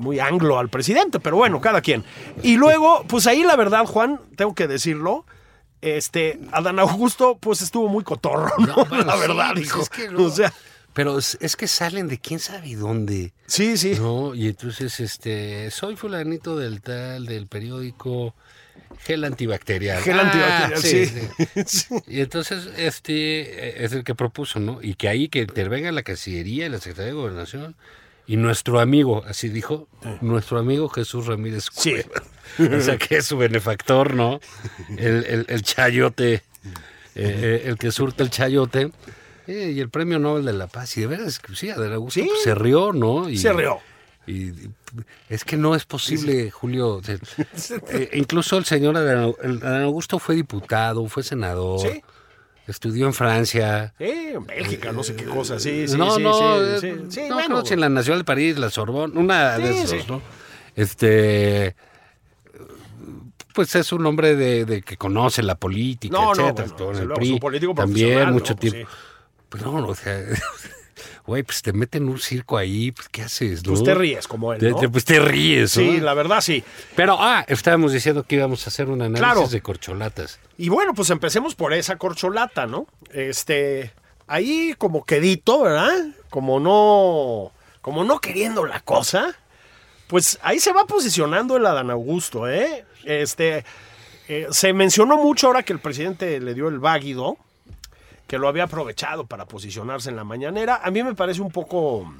Speaker 2: muy anglo al presidente, pero bueno, cada quien. Y luego, pues ahí la verdad, Juan, tengo que decirlo, Este, Adán Augusto, pues estuvo muy cotorro, ¿no?
Speaker 1: bueno,
Speaker 2: la
Speaker 1: sí,
Speaker 2: verdad,
Speaker 1: pues
Speaker 2: hijo.
Speaker 1: es que luego-
Speaker 2: O sea,
Speaker 1: Pero es, es que salen de quién sabe dónde.
Speaker 2: sí, sí.
Speaker 1: No, y entonces, este, soy fulanito del tal, del periódico Gel Antibacterial.
Speaker 2: Gel
Speaker 1: Ah,
Speaker 2: antibacterial, sí.
Speaker 1: Y entonces, este, eh, es el que propuso, ¿no? Y que ahí que intervenga la Cancillería y la Secretaría de Gobernación. Y nuestro amigo, así dijo, nuestro amigo Jesús Ramírez
Speaker 2: Sí.
Speaker 1: Cuevas. O sea, que es su benefactor, ¿no? El, el- el chayote, eh, eh, el que surta el chayote. Eh, y el premio Nobel de la Paz. Y de veras, sí, Adán Augusto
Speaker 2: Sí.
Speaker 1: pues, se rió, ¿no? Y-
Speaker 2: Se rió.
Speaker 1: y y, es que no es posible, Julio. O sea, eh, incluso el señor Adán el Adán Augusto fue diputado, fue senador,
Speaker 2: Sí.
Speaker 1: estudió en Francia.
Speaker 2: Sí, Eh, en Bélgica, no sé qué cosa. Sí, sí,
Speaker 1: no,
Speaker 2: sí,
Speaker 1: no, eh,
Speaker 2: sí, sí. Sí,
Speaker 1: no,
Speaker 2: bueno.
Speaker 1: no, si en la Nacional de París, la Sorbón, una de
Speaker 2: Sí,
Speaker 1: esos,
Speaker 2: sí.
Speaker 1: ¿no? Este, pues es un hombre de, de que conoce la política,
Speaker 2: No, no,
Speaker 1: etcétera,
Speaker 2: bueno,
Speaker 1: todo en
Speaker 2: desde
Speaker 1: el
Speaker 2: luego,
Speaker 1: PRI,
Speaker 2: es un político
Speaker 1: también
Speaker 2: profesional,
Speaker 1: mucho
Speaker 2: ¿no? Pues
Speaker 1: tiempo. Pues no, o sea, güey, pues te meten un circo ahí, pues ¿qué haces?
Speaker 2: Pues
Speaker 1: no?
Speaker 2: te ríes como él,
Speaker 1: Te-
Speaker 2: ¿no?
Speaker 1: te- pues te ríes, ¿no?
Speaker 2: Sí, la verdad, sí.
Speaker 1: Pero, ah, estábamos diciendo que íbamos a hacer un análisis
Speaker 2: Claro.
Speaker 1: de corcholatas.
Speaker 2: Y bueno, pues empecemos por esa corcholata, ¿no? Este, ahí como quedito, ¿verdad? Como no, como no queriendo la cosa, pues ahí se va posicionando el Adán Augusto, ¿eh? Este, eh, se mencionó mucho ahora que el presidente le dio el váguido, que lo había aprovechado para posicionarse en la mañanera. A mí me parece un poco,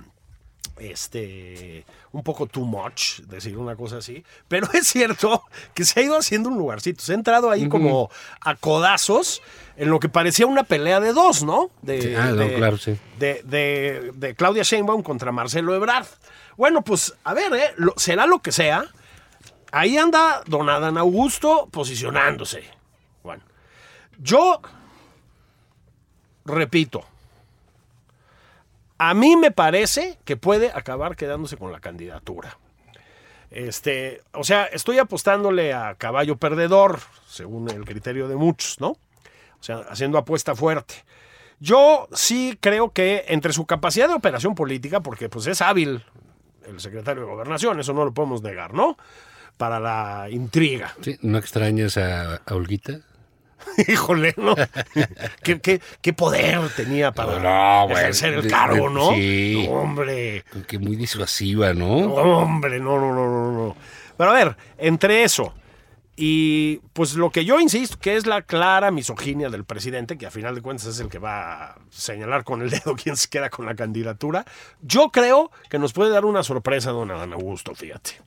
Speaker 2: este, un poco too much decir una cosa así, pero es cierto que se ha ido haciendo un lugarcito. Se ha entrado ahí como a codazos en lo que parecía una pelea de dos, ¿no? De,
Speaker 1: Sí, ah, no, claro, sí.
Speaker 2: de, de- de Claudia Sheinbaum contra Marcelo Ebrard. Bueno, pues a ver, ¿eh? Lo- será lo que sea. Ahí anda don Adán Augusto posicionándose. Bueno, yo repito, a mí me parece que puede acabar quedándose con la candidatura. Este, o sea, estoy apostándole a caballo perdedor, según el criterio de muchos, ¿no? O sea, haciendo apuesta fuerte. Yo sí creo que entre su capacidad de operación política, porque pues es hábil el secretario de Gobernación, eso no lo podemos negar, ¿no? Para la intriga.
Speaker 1: Sí, ¿No extrañas a, a Olguita?
Speaker 2: Híjole, ¿no? ¿Qué, qué, qué poder tenía para
Speaker 1: No, bueno,
Speaker 2: ejercer el
Speaker 1: de-
Speaker 2: cargo,
Speaker 1: de-
Speaker 2: ¿no?
Speaker 1: sí.
Speaker 2: No, hombre,
Speaker 1: Que muy disuasiva, ¿no?
Speaker 2: no, hombre, no, no, no, no, no. Pero a ver, entre eso y pues lo que yo insisto que es la clara misoginia del presidente, que a final de cuentas es el que va a señalar con el dedo quién se queda con la candidatura, yo creo que nos puede dar una sorpresa don Adán Augusto, fíjate.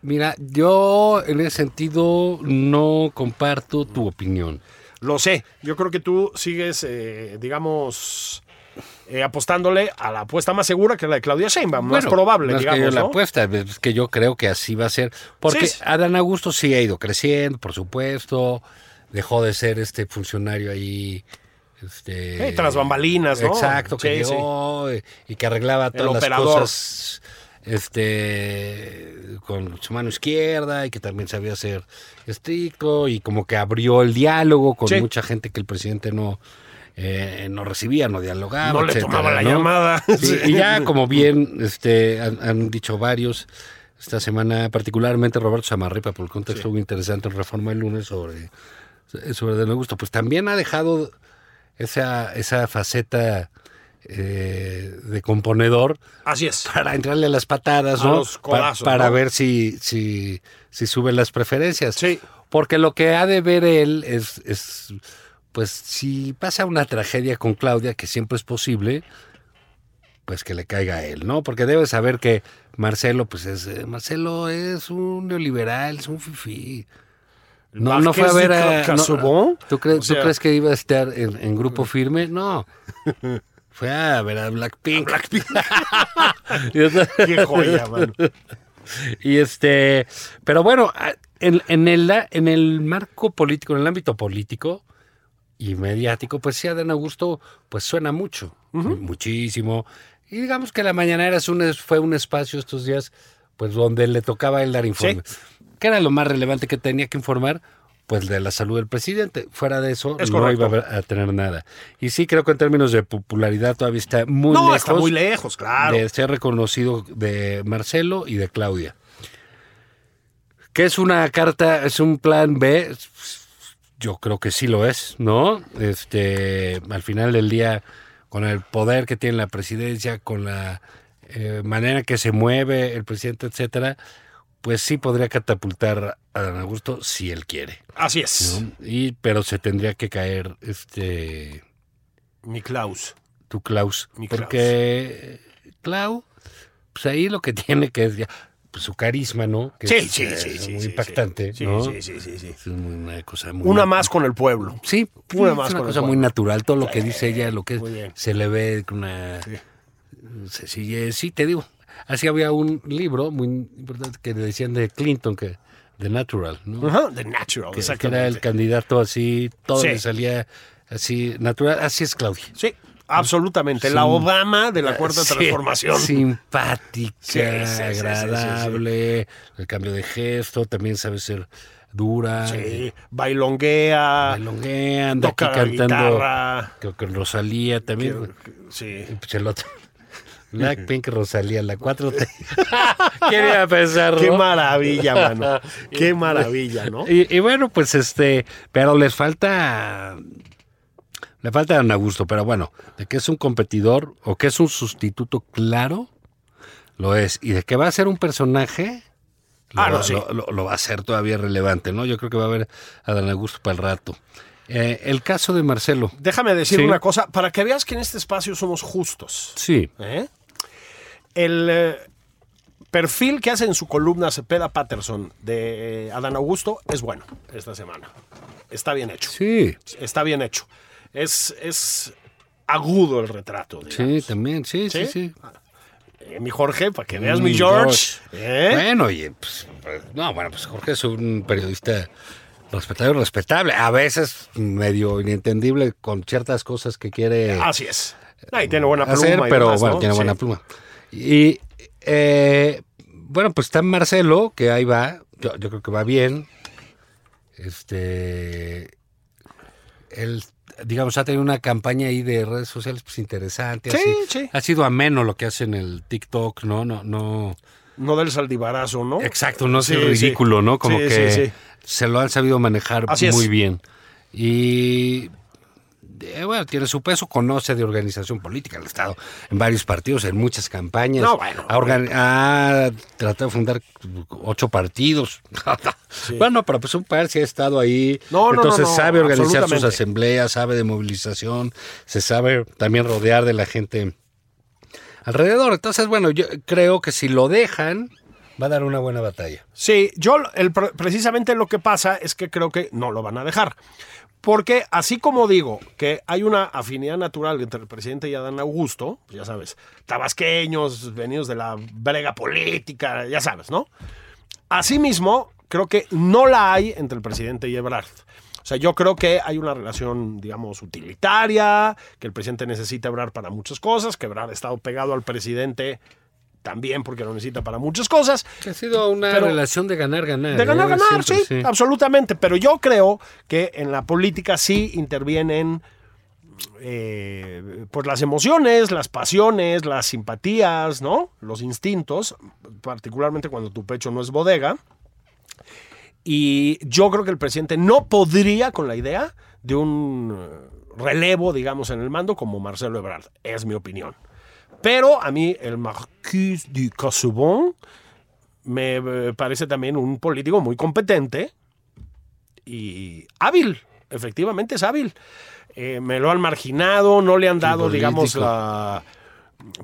Speaker 1: Mira, yo en ese sentido no comparto tu opinión.
Speaker 2: Lo sé, yo creo que tú sigues, eh, digamos, eh, apostándole a la apuesta más segura que la de Claudia Sheinbaum, más
Speaker 1: Bueno, no
Speaker 2: probable,
Speaker 1: es
Speaker 2: digamos,
Speaker 1: que yo la
Speaker 2: ¿no?
Speaker 1: apuesta, es que yo creo que así va a ser. Porque
Speaker 2: Sí.
Speaker 1: Adán Augusto sí ha ido creciendo, por supuesto. Dejó de ser este funcionario ahí. Este,
Speaker 2: Sí, tras bambalinas, ¿no?
Speaker 1: Exacto, que
Speaker 2: Sí, sí.
Speaker 1: llegó eh, y que arreglaba todas las
Speaker 2: operador.
Speaker 1: cosas este, con su mano izquierda y que también sabía ser estricto y como que abrió el diálogo con
Speaker 2: Sí.
Speaker 1: mucha gente que el presidente no, eh, no recibía, no dialogaba.
Speaker 2: No le tomaba la llamada.
Speaker 1: Sí, y ya como bien este, han, han dicho varios esta semana, particularmente Roberto Samarripa, por el contexto muy interesante en Reforma el lunes sobre, sobre De Gusto, pues también ha dejado esa, esa faceta eh, de componedor
Speaker 2: Así es.
Speaker 1: para entrarle a las patadas,
Speaker 2: Pues, A
Speaker 1: ¿no?
Speaker 2: los
Speaker 1: Pa-
Speaker 2: codazos,
Speaker 1: para
Speaker 2: ¿no?
Speaker 1: ver si, si, si sube las preferencias.
Speaker 2: Sí.
Speaker 1: Porque lo que ha de ver él es, es, pues, si pasa una tragedia con Claudia, que siempre es posible, pues que le caiga a él, ¿no? Porque debe saber que Marcelo, pues es, eh, Marcelo es un neoliberal, es un fifí. No, no fue a ver a...
Speaker 2: Vázquez de
Speaker 1: no,
Speaker 2: Casubón.
Speaker 1: ¿tú, crees,
Speaker 2: O sea-
Speaker 1: ¿Tú crees que iba a estar en, en grupo firme? No. Fue a ver a Blackpink. Y entonces-
Speaker 2: Qué joya, mano.
Speaker 1: y este, pero bueno, a- en, en el, en el marco político, en el ámbito político y mediático, pues sí, Adán Augusto, pues suena mucho, muchísimo. Y digamos que la mañanera es un, es- fue un espacio estos días, pues donde le tocaba a él dar informes. ¿Qué era lo más relevante que tenía que informar? Pues de la salud del presidente. Fuera de eso,
Speaker 2: Es
Speaker 1: no
Speaker 2: correcto.
Speaker 1: iba a, ver- a tener nada. Y sí, creo que en términos de popularidad todavía está muy
Speaker 2: No,
Speaker 1: lejos
Speaker 2: está muy lejos, claro.
Speaker 1: de este ser reconocido de Marcelo y de Claudia. Que es una carta, es un plan B Yo creo que sí lo es, ¿no? Este, al final del día, con el poder que tiene la presidencia, con la eh, manera que se mueve el presidente, etcétera, pues sí podría catapultar a Dan Augusto si él quiere.
Speaker 2: Así es.
Speaker 1: ¿no? Y, pero se tendría que caer este
Speaker 2: Mi Klaus.
Speaker 1: tu Klaus.
Speaker 2: Mi Klaus.
Speaker 1: porque Klaus, pues ahí lo que tiene que es ya, pues, su carisma, ¿no? Que es, eh, muy impactante.
Speaker 2: Sí,
Speaker 1: ¿no?
Speaker 2: sí, sí, sí, sí.
Speaker 1: Es muy- una cosa muy
Speaker 2: Una más con el pueblo.
Speaker 1: Sí,
Speaker 2: Una
Speaker 1: es
Speaker 2: más
Speaker 1: una
Speaker 2: con el
Speaker 1: cosa
Speaker 2: Juan.
Speaker 1: muy natural, todo lo que dice ella, lo que
Speaker 2: muy bien.
Speaker 1: se le ve con una sencillez. Sí, te digo, así había un libro muy importante que le decían de Clinton, que The Natural, ¿no?
Speaker 2: Ajá, The Natural,
Speaker 1: que, que
Speaker 2: exactamente.
Speaker 1: era el candidato así, todo
Speaker 2: Sí.
Speaker 1: le salía así natural. Así es Claudia.
Speaker 2: Sí, absolutamente. La Obama de la Cuarta
Speaker 1: Ah, Sí,
Speaker 2: Transformación.
Speaker 1: Simpática,
Speaker 2: Sí, sí, sí, sí, sí, sí.
Speaker 1: agradable, el cambio de gesto, también sabe ser dura.
Speaker 2: Sí, bailonguea.
Speaker 1: Bailonguea, anda aquí
Speaker 2: toca
Speaker 1: cantando.
Speaker 2: guitarra.
Speaker 1: Creo que Rosalía también. güey.
Speaker 2: Sí.
Speaker 1: Pues el otro. Blackpink, Rosalía, la 4 te... Quería pensar,
Speaker 2: Qué
Speaker 1: ¿no?
Speaker 2: maravilla, mano. Qué maravilla, ¿no?
Speaker 1: Y, y bueno, pues este, pero les falta, le falta Dan Augusto, pero bueno, de que es un competidor o que es un sustituto claro, lo es. Y de que va a ser un personaje, lo,
Speaker 2: Ah, no,
Speaker 1: va-
Speaker 2: sí.
Speaker 1: lo- lo- lo va a ser todavía relevante, ¿no? Yo creo que va a haber a Dan Augusto para el rato. Eh, el caso de Marcelo.
Speaker 2: Déjame decir
Speaker 1: Sí.
Speaker 2: una cosa, para que veas que en este espacio somos justos.
Speaker 1: Sí,
Speaker 2: ¿eh? El eh, perfil que hace en su columna Cepeda Patterson de eh, Adán Augusto es bueno esta semana. Está bien hecho.
Speaker 1: sí,
Speaker 2: Está bien hecho. Es, es agudo el retrato.
Speaker 1: sí,
Speaker 2: digamos.
Speaker 1: también, sí, sí, sí.
Speaker 2: ¿Sí? Eh, mi Jorge, para que veas
Speaker 1: Mm,
Speaker 2: mi George. ¿eh?
Speaker 1: Bueno, oye, pues, pues, no, bueno, pues Jorge es un periodista respetable, respetable. A veces medio inentendible con ciertas cosas que quiere
Speaker 2: Así es. Ahí tiene buena pluma.
Speaker 1: hacer,
Speaker 2: y
Speaker 1: pero
Speaker 2: demás,
Speaker 1: bueno,
Speaker 2: ¿no?
Speaker 1: tiene
Speaker 2: Sí.
Speaker 1: buena pluma. Y eh, bueno, pues está Marcelo, que ahí va. Yo, yo creo que va bien. Este. Él, digamos, ha tenido una campaña ahí de redes sociales pues, interesante.
Speaker 2: Sí,
Speaker 1: así.
Speaker 2: sí.
Speaker 1: Ha sido ameno lo que hace en el TikTok, ¿no? No, no.
Speaker 2: No del saldibarazo, ¿no?
Speaker 1: Exacto, no es
Speaker 2: Sí,
Speaker 1: el ridículo,
Speaker 2: sí.
Speaker 1: ¿no? Como
Speaker 2: Sí,
Speaker 1: que
Speaker 2: sí, sí.
Speaker 1: se lo han sabido manejar
Speaker 2: Así es.
Speaker 1: muy bien. Y eh, bueno, tiene su peso, conoce de organización política, el Estado, en varios partidos, en muchas campañas.
Speaker 2: No, bueno.
Speaker 1: ha, organ- ha tratado de fundar ocho partidos. Bueno, pero pues un par sí ha estado ahí.
Speaker 2: No, no, no,
Speaker 1: Entonces
Speaker 2: no,
Speaker 1: sabe organizar sus
Speaker 2: absolutamente.
Speaker 1: asambleas, sabe de movilización, se sabe también rodear de la gente alrededor. Entonces, bueno, yo creo que si lo dejan, va a dar una buena batalla.
Speaker 2: Sí, yo el, pre- precisamente lo que pasa es que creo que no lo van a dejar. Porque así como digo que hay una afinidad natural entre el presidente y Adán Augusto, pues ya sabes, tabasqueños, venidos de la brega política, ya sabes, ¿no? Asimismo, creo que no la hay entre el presidente y Ebrard. O sea, yo creo que hay una relación, digamos, utilitaria, que el presidente necesita Ebrard para muchas cosas, que Ebrard ha estado pegado al presidente también porque lo necesita para muchas cosas.
Speaker 1: Que ha sido una
Speaker 2: Pero-
Speaker 1: relación de ganar-ganar.
Speaker 2: De
Speaker 1: ¿eh?
Speaker 2: ganar, ganar,
Speaker 1: Siempre,
Speaker 2: sí, absolutamente. Pero yo creo que en la política sí intervienen eh, pues las emociones, las pasiones, las simpatías, ¿no? Los instintos, particularmente cuando tu pecho no es bodega. Y yo creo que el presidente no podría con la idea de un eh, relevo, digamos, en el mando como Marcelo Ebrard. Es mi opinión. Pero a mí el Marquis de Casaubon me eh, parece también un político muy competente y hábil. Efectivamente es hábil. Eh, me lo han marginado, no le han dado, digamos,
Speaker 1: político.
Speaker 2: la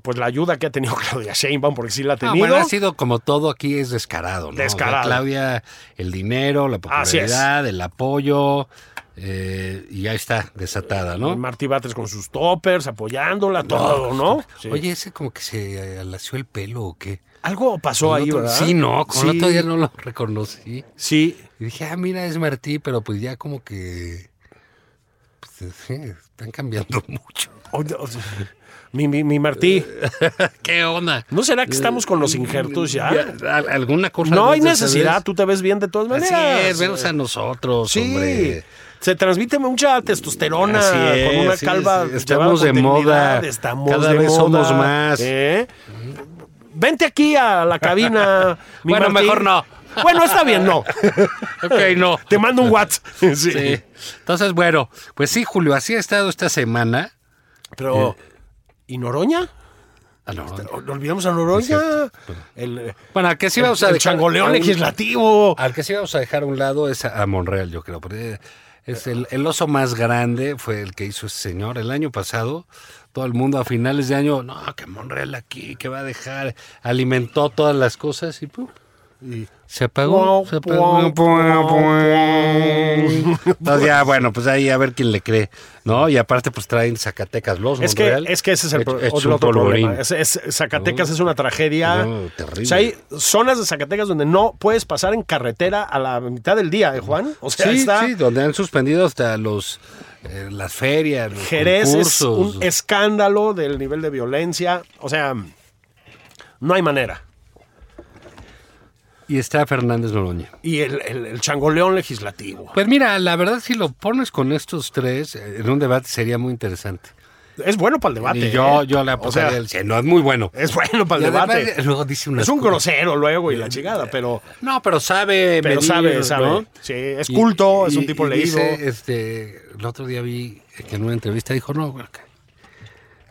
Speaker 2: pues la ayuda que ha tenido Claudia Sheinbaum, porque sí la ha
Speaker 1: Ah,
Speaker 2: tenido.
Speaker 1: bueno, ha sido como todo aquí es descarado, ¿no?
Speaker 2: Descarado.
Speaker 1: O sea, Claudia, el dinero, la
Speaker 2: Así es.
Speaker 1: popularidad, el apoyo, eh, y ya está, desatada,
Speaker 2: Y
Speaker 1: ¿no?
Speaker 2: Martí Batres con sus toppers, apoyándola, todo, ¿no? pues, Sí.
Speaker 1: Oye, ese como que se eh, alació el pelo o qué.
Speaker 2: algo pasó
Speaker 1: El
Speaker 2: ahí,
Speaker 1: otro-
Speaker 2: ¿verdad?
Speaker 1: Sí, no, como el
Speaker 2: Sí,
Speaker 1: otro día no lo reconocí.
Speaker 2: Sí,
Speaker 1: Y dije, ah, mira, es Martí, pero pues ya como que pues, sí, están cambiando mucho.
Speaker 2: Oye, o sea, mi, mi, mi Martí,
Speaker 1: ¿Qué onda?
Speaker 2: ¿no será que estamos con los injertos ya?
Speaker 1: Ya, al- alguna cosa.
Speaker 2: No
Speaker 1: de
Speaker 2: hay
Speaker 1: esas, ¿sabes?
Speaker 2: necesidad, tú te ves bien de todas
Speaker 1: Así
Speaker 2: maneras.
Speaker 1: es, venos a nosotros,
Speaker 2: Sí,
Speaker 1: hombre.
Speaker 2: se transmite mucha testosterona
Speaker 1: Así es,
Speaker 2: con una
Speaker 1: sí, sí,
Speaker 2: calva. llevada
Speaker 1: estamos
Speaker 2: con
Speaker 1: de moda,
Speaker 2: dignidad, estamos
Speaker 1: cada
Speaker 2: de
Speaker 1: vez
Speaker 2: moda,
Speaker 1: somos más.
Speaker 2: ¿eh? Vente aquí a la cabina. mi
Speaker 1: Bueno,
Speaker 2: Martí.
Speaker 1: mejor no.
Speaker 2: Bueno, está bien, no.
Speaker 1: Ok, no.
Speaker 2: Te mando un WhatsApp. Sí.
Speaker 1: Sí. Entonces, bueno, pues sí, Julio, así ha estado esta semana.
Speaker 2: Pero, ¿y Noroña?
Speaker 1: Ah, no.
Speaker 2: No no olvidamos a Noroña. El,
Speaker 1: Bueno, al que sí
Speaker 2: el-
Speaker 1: vamos a
Speaker 2: el
Speaker 1: dejar-
Speaker 2: changoleón
Speaker 1: a un-
Speaker 2: legislativo.
Speaker 1: Al que sí vamos a dejar a un lado es a a Monreal, yo creo. porque es el, el oso más grande fue el que hizo ese señor el año pasado. Todo el mundo a finales de año, no, que Monreal aquí, que va a dejar, alimentó todas las cosas y pum. Se apagó. se apagó. Entonces ya, bueno, pues ahí a ver quién le cree, ¿no? Y aparte, pues traen Zacatecas los
Speaker 2: Es que,
Speaker 1: Monreal.
Speaker 2: es que ese es el
Speaker 1: Hecho-
Speaker 2: pro-
Speaker 1: hecho
Speaker 2: otro,
Speaker 1: un
Speaker 2: otro
Speaker 1: polvorín.
Speaker 2: problema. Es- es- Zacatecas es una tragedia.
Speaker 1: No, terrible.
Speaker 2: O sea, hay zonas de Zacatecas donde no puedes pasar en carretera a la mitad del día, ¿eh, Juan? O sea,
Speaker 1: Sí,
Speaker 2: está
Speaker 1: sí, donde han suspendido hasta los eh, las ferias, los
Speaker 2: Jerez es
Speaker 1: concursos.
Speaker 2: un escándalo del nivel de violencia. O sea, no hay manera.
Speaker 1: Y está Fernández Noroña.
Speaker 2: Y el, el- el changoleón legislativo.
Speaker 1: Pues mira, la verdad, si lo pones con estos tres, eh, en un debate sería muy interesante.
Speaker 2: Es bueno para el debate.
Speaker 1: y yo,
Speaker 2: ¿eh?
Speaker 1: yo le
Speaker 2: O sea, eh,
Speaker 1: apostaría al 100. No, es muy bueno.
Speaker 2: es bueno para
Speaker 1: Y
Speaker 2: el
Speaker 1: además,
Speaker 2: debate.
Speaker 1: eh, luego dice unas
Speaker 2: es un
Speaker 1: cosas. Eh,
Speaker 2: grosero luego y la chingada, pero...
Speaker 1: No, pero sabe.
Speaker 2: Pero
Speaker 1: medir,
Speaker 2: sabe, sabe.
Speaker 1: ¿no?
Speaker 2: Sí, es culto, es un tipo
Speaker 1: dice,
Speaker 2: leído.
Speaker 1: este, el otro día vi que en una entrevista dijo, no, güey, que,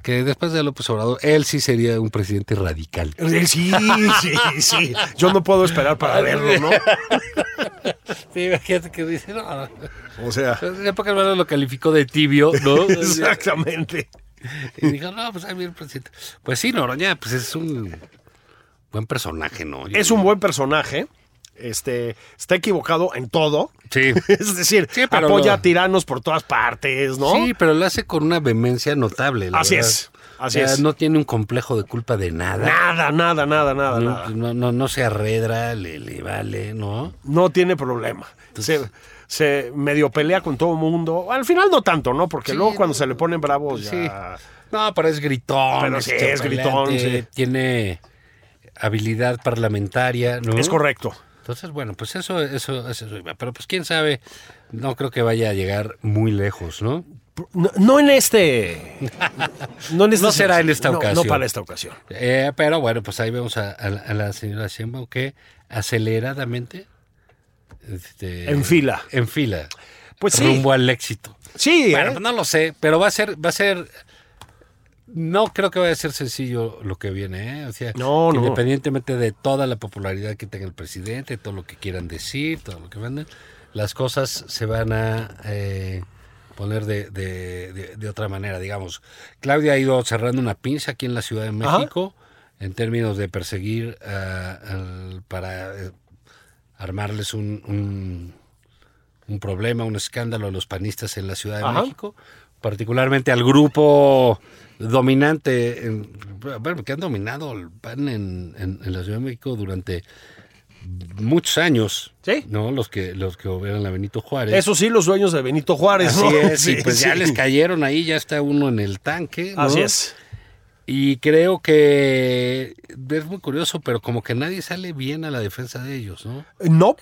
Speaker 1: que después de López Obrador, él sí sería un presidente radical.
Speaker 2: eh, Sí, sí, sí. Yo no puedo esperar para verlo, ¿no?
Speaker 1: Sí, imagínate que dice, no,
Speaker 2: O sea,
Speaker 1: en época hermano lo calificó de tibio, ¿no?
Speaker 2: exactamente.
Speaker 1: Y dijo, no, pues ahí viene el presidente. Pues sí, Noroña, pues es un buen personaje, ¿no? Yo-
Speaker 2: Es un buen personaje. Este, está equivocado en todo.
Speaker 1: Sí.
Speaker 2: Es decir,
Speaker 1: Sí, pero
Speaker 2: apoya
Speaker 1: lo-
Speaker 2: a tiranos por todas partes, ¿no?
Speaker 1: Sí, pero lo hace con una vehemencia notable. la
Speaker 2: Así
Speaker 1: verdad.
Speaker 2: es, así
Speaker 1: O sea,
Speaker 2: es.
Speaker 1: No tiene un complejo de culpa de nada.
Speaker 2: Nada, nada, nada, nada,
Speaker 1: No,
Speaker 2: nada.
Speaker 1: no, no, no se arredra, le, le vale, ¿no?
Speaker 2: No tiene problema. Se, se medio pelea con todo el mundo. Al final no tanto, ¿no? Porque
Speaker 1: Sí,
Speaker 2: luego cuando se le ponen bravos
Speaker 1: Sí.
Speaker 2: ya...
Speaker 1: No, pero es gritón.
Speaker 2: Pero sí, es gritón,
Speaker 1: chapaleante,
Speaker 2: sí.
Speaker 1: Tiene habilidad parlamentaria, ¿no?
Speaker 2: Es correcto.
Speaker 1: Entonces, bueno, pues eso, eso, eso iba. Pero pues quién sabe, no creo que vaya a llegar muy lejos, ¿no?
Speaker 2: No, no en este... No, en este
Speaker 1: No será en esta
Speaker 2: no,
Speaker 1: ocasión.
Speaker 2: No para esta ocasión.
Speaker 1: Eh, pero bueno, pues ahí vemos a, a la- a la señora Sheinbaum que aceleradamente... este,
Speaker 2: En fila.
Speaker 1: En fila.
Speaker 2: Pues sí.
Speaker 1: Rumbo al éxito.
Speaker 2: Sí,
Speaker 1: Bueno,
Speaker 2: ¿eh?
Speaker 1: pues no lo sé, pero va a ser, va a ser. No creo que vaya a ser sencillo lo que viene, ¿eh? O sea,
Speaker 2: No,
Speaker 1: que
Speaker 2: no.
Speaker 1: independientemente de toda la popularidad que tenga el presidente, todo lo que quieran decir, todo lo que manden, las cosas se van a eh, poner de, de- de- de otra manera, digamos. Claudia ha ido cerrando una pinza aquí en la Ciudad de
Speaker 2: Ajá.
Speaker 1: México en términos de perseguir ah, al- para eh, armarles un- un un problema, un escándalo a los panistas en la Ciudad de
Speaker 2: Ajá.
Speaker 1: México, particularmente al grupo dominante, en- bueno, que han dominado el PAN en, en- en la Ciudad de México durante muchos años,
Speaker 2: Sí.
Speaker 1: ¿no? Los que los que gobiernan la Benito Juárez.
Speaker 2: Eso sí, los dueños de Benito Juárez.
Speaker 1: pues, eh. Así
Speaker 2: ¿no?
Speaker 1: es, y
Speaker 2: Sí,
Speaker 1: pues ya
Speaker 2: sí.
Speaker 1: les cayeron ahí, ya está uno en el tanque. ¿no?
Speaker 2: Así es.
Speaker 1: Y creo que es muy curioso, pero como que nadie sale bien a la defensa de ellos, ¿no?
Speaker 2: No,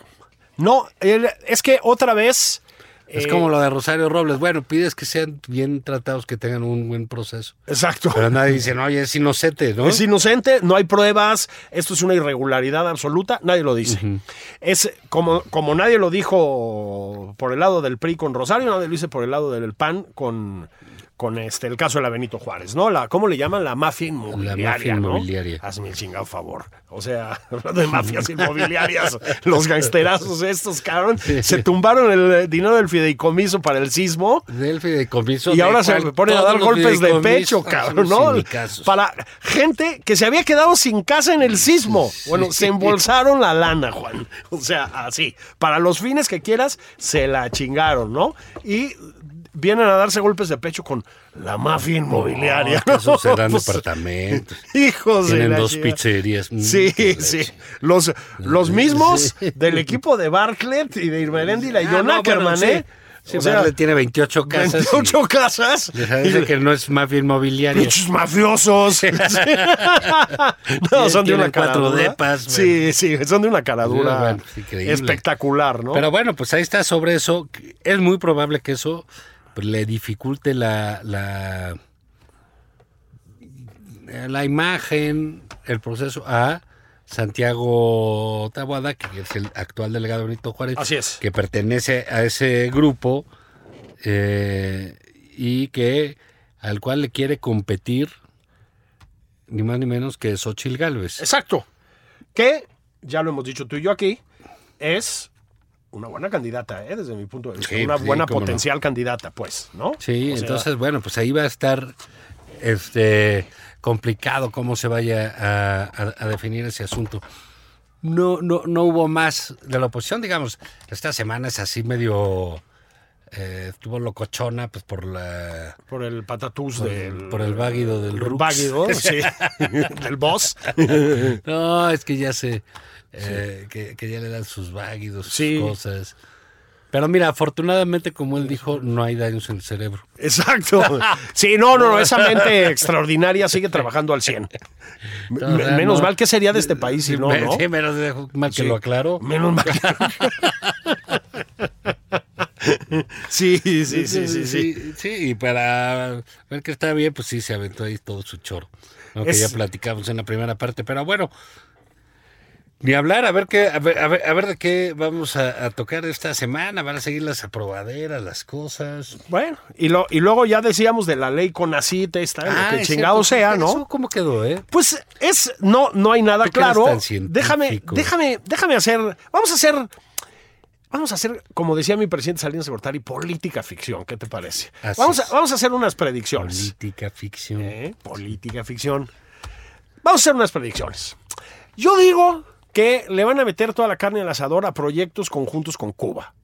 Speaker 2: no, el- es que otra vez...
Speaker 1: Es
Speaker 2: eh,
Speaker 1: como lo de Rosario Robles. Bueno, pides que sean bien tratados, que tengan un buen proceso.
Speaker 2: Exacto.
Speaker 1: Pero nadie dice, no, oye, es inocente, ¿no?
Speaker 2: Es inocente, no hay pruebas, esto es una irregularidad absoluta, nadie lo dice. Es como, como nadie lo dijo por el lado del PRI con Rosario, nadie lo dice por el lado del PAN con, con este, el caso de la Benito Juárez, ¿no? La, ¿Cómo le llaman? La mafia inmobiliaria.
Speaker 1: mafia
Speaker 2: ¿no?
Speaker 1: inmobiliaria.
Speaker 2: Hazme el chingado favor. O sea, hablando de mafias inmobiliarias, los gangsterazos estos, cabrón, se tumbaron el eh, dinero del fideicomiso para el sismo.
Speaker 1: Del fideicomiso.
Speaker 2: Y
Speaker 1: de
Speaker 2: ahora se
Speaker 1: cual
Speaker 2: me ponen a
Speaker 1: todos
Speaker 2: dar
Speaker 1: los
Speaker 2: golpes de
Speaker 1: fideicomisos
Speaker 2: pecho,
Speaker 1: son
Speaker 2: cabrón, ¿no?
Speaker 1: sindicazos.
Speaker 2: Para gente que se había quedado sin casa en el sismo. Bueno, se embolsaron la lana, Juan. O sea, así. Para los fines que quieras, se la chingaron, ¿no? Y vienen a darse golpes de pecho con la mafia inmobiliaria.
Speaker 1: No, que esos eran
Speaker 2: Pues,
Speaker 1: departamentos.
Speaker 2: Hijos de
Speaker 1: Tienen
Speaker 2: la
Speaker 1: dos
Speaker 2: chingada.
Speaker 1: pizzerías. Mm,
Speaker 2: Sí,
Speaker 1: qué la
Speaker 2: sí.
Speaker 1: chingada.
Speaker 2: Los, los mismos del equipo de Bartlett y de Irmeréndila y
Speaker 1: Ah,
Speaker 2: John
Speaker 1: no, bueno,
Speaker 2: Ackerman,
Speaker 1: sí.
Speaker 2: ¿eh?
Speaker 1: Sí,
Speaker 2: O sea,
Speaker 1: Bartlett tiene 28 casas.
Speaker 2: 28 casas.
Speaker 1: Y, les dice que no es mafia inmobiliaria.
Speaker 2: Muchos mafiosos. no, son de
Speaker 1: Tienen
Speaker 2: una
Speaker 1: cuatro
Speaker 2: caradura.
Speaker 1: depas,
Speaker 2: sí, sí, son de una caradura
Speaker 1: Sí, bueno, es increíble.
Speaker 2: espectacular, ¿no?
Speaker 1: Pero bueno, pues ahí está sobre eso. Es muy probable que eso pues, le dificulte la, la, la imagen, el proceso a Santiago Tabuada, que es el actual delegado Benito Juárez.
Speaker 2: Así es.
Speaker 1: Que pertenece a ese grupo eh, y que al cual le quiere competir ni más ni menos que Xochil Gálvez.
Speaker 2: Exacto. Que, ya lo hemos dicho tú y yo aquí, es una buena candidata, ¿eh? desde mi punto de vista.
Speaker 1: Sí,
Speaker 2: una
Speaker 1: sí,
Speaker 2: buena
Speaker 1: cómo no.
Speaker 2: potencial candidata, pues, ¿no?
Speaker 1: Sí,
Speaker 2: O sea,
Speaker 1: entonces, bueno, pues ahí va a estar este complicado cómo se vaya a, a- a definir ese asunto. No, no, no hubo más de la oposición, digamos. Esta semana es así medio. eh, estuvo locochona, pues por la.
Speaker 2: Por el patatús del.
Speaker 1: por el váguido del Rux.
Speaker 2: váguido, sí. del boss.
Speaker 1: No, es que ya se. eh, que, que ya le dan sus váguidos, sus
Speaker 2: Sí.
Speaker 1: cosas. Pero mira, afortunadamente, como él dijo, no hay daños en el cerebro.
Speaker 2: Exacto. Sí, no, no, no, esa mente extraordinaria sigue trabajando al 100. Me-
Speaker 1: O sea,
Speaker 2: menos
Speaker 1: no.
Speaker 2: mal que sería de este país si no,
Speaker 1: Me-
Speaker 2: ¿no?
Speaker 1: Sí, menos de- mal que
Speaker 2: Sí.
Speaker 1: lo aclaró.
Speaker 2: Menos mal. Sí, sí, sí, sí, sí.
Speaker 1: sí. y para ver que está bien, pues sí, se aventó ahí todo su chorro. ¿no? Que
Speaker 2: Es-
Speaker 1: ya platicamos en la primera parte, pero bueno. Ni hablar, a ver qué, a ver, a ver, a ver de qué vamos a, a tocar esta semana. Van a seguir las aprobaderas, las cosas.
Speaker 2: Bueno, y, lo, y luego ya decíamos de la ley con esta, esta, lo que
Speaker 1: Ah, es
Speaker 2: chingado
Speaker 1: cierto.
Speaker 2: sea, ¿no?
Speaker 1: ¿Eso ¿Cómo quedó, eh?
Speaker 2: Pues es, no, no hay nada
Speaker 1: ¿Tú que eres
Speaker 2: claro.
Speaker 1: tan científico?
Speaker 2: Déjame, déjame, déjame hacer, vamos a hacer, vamos a hacer, como decía mi presidente Salinas de Gortari, política ficción, ¿qué te parece?
Speaker 1: Así
Speaker 2: Vamos a,
Speaker 1: es.
Speaker 2: vamos a hacer unas predicciones.
Speaker 1: Política, ficción.
Speaker 2: ¿eh? Política ficción. Vamos a hacer unas predicciones. Yo digo que le van a meter toda la carne al asador a proyectos conjuntos con Cuba.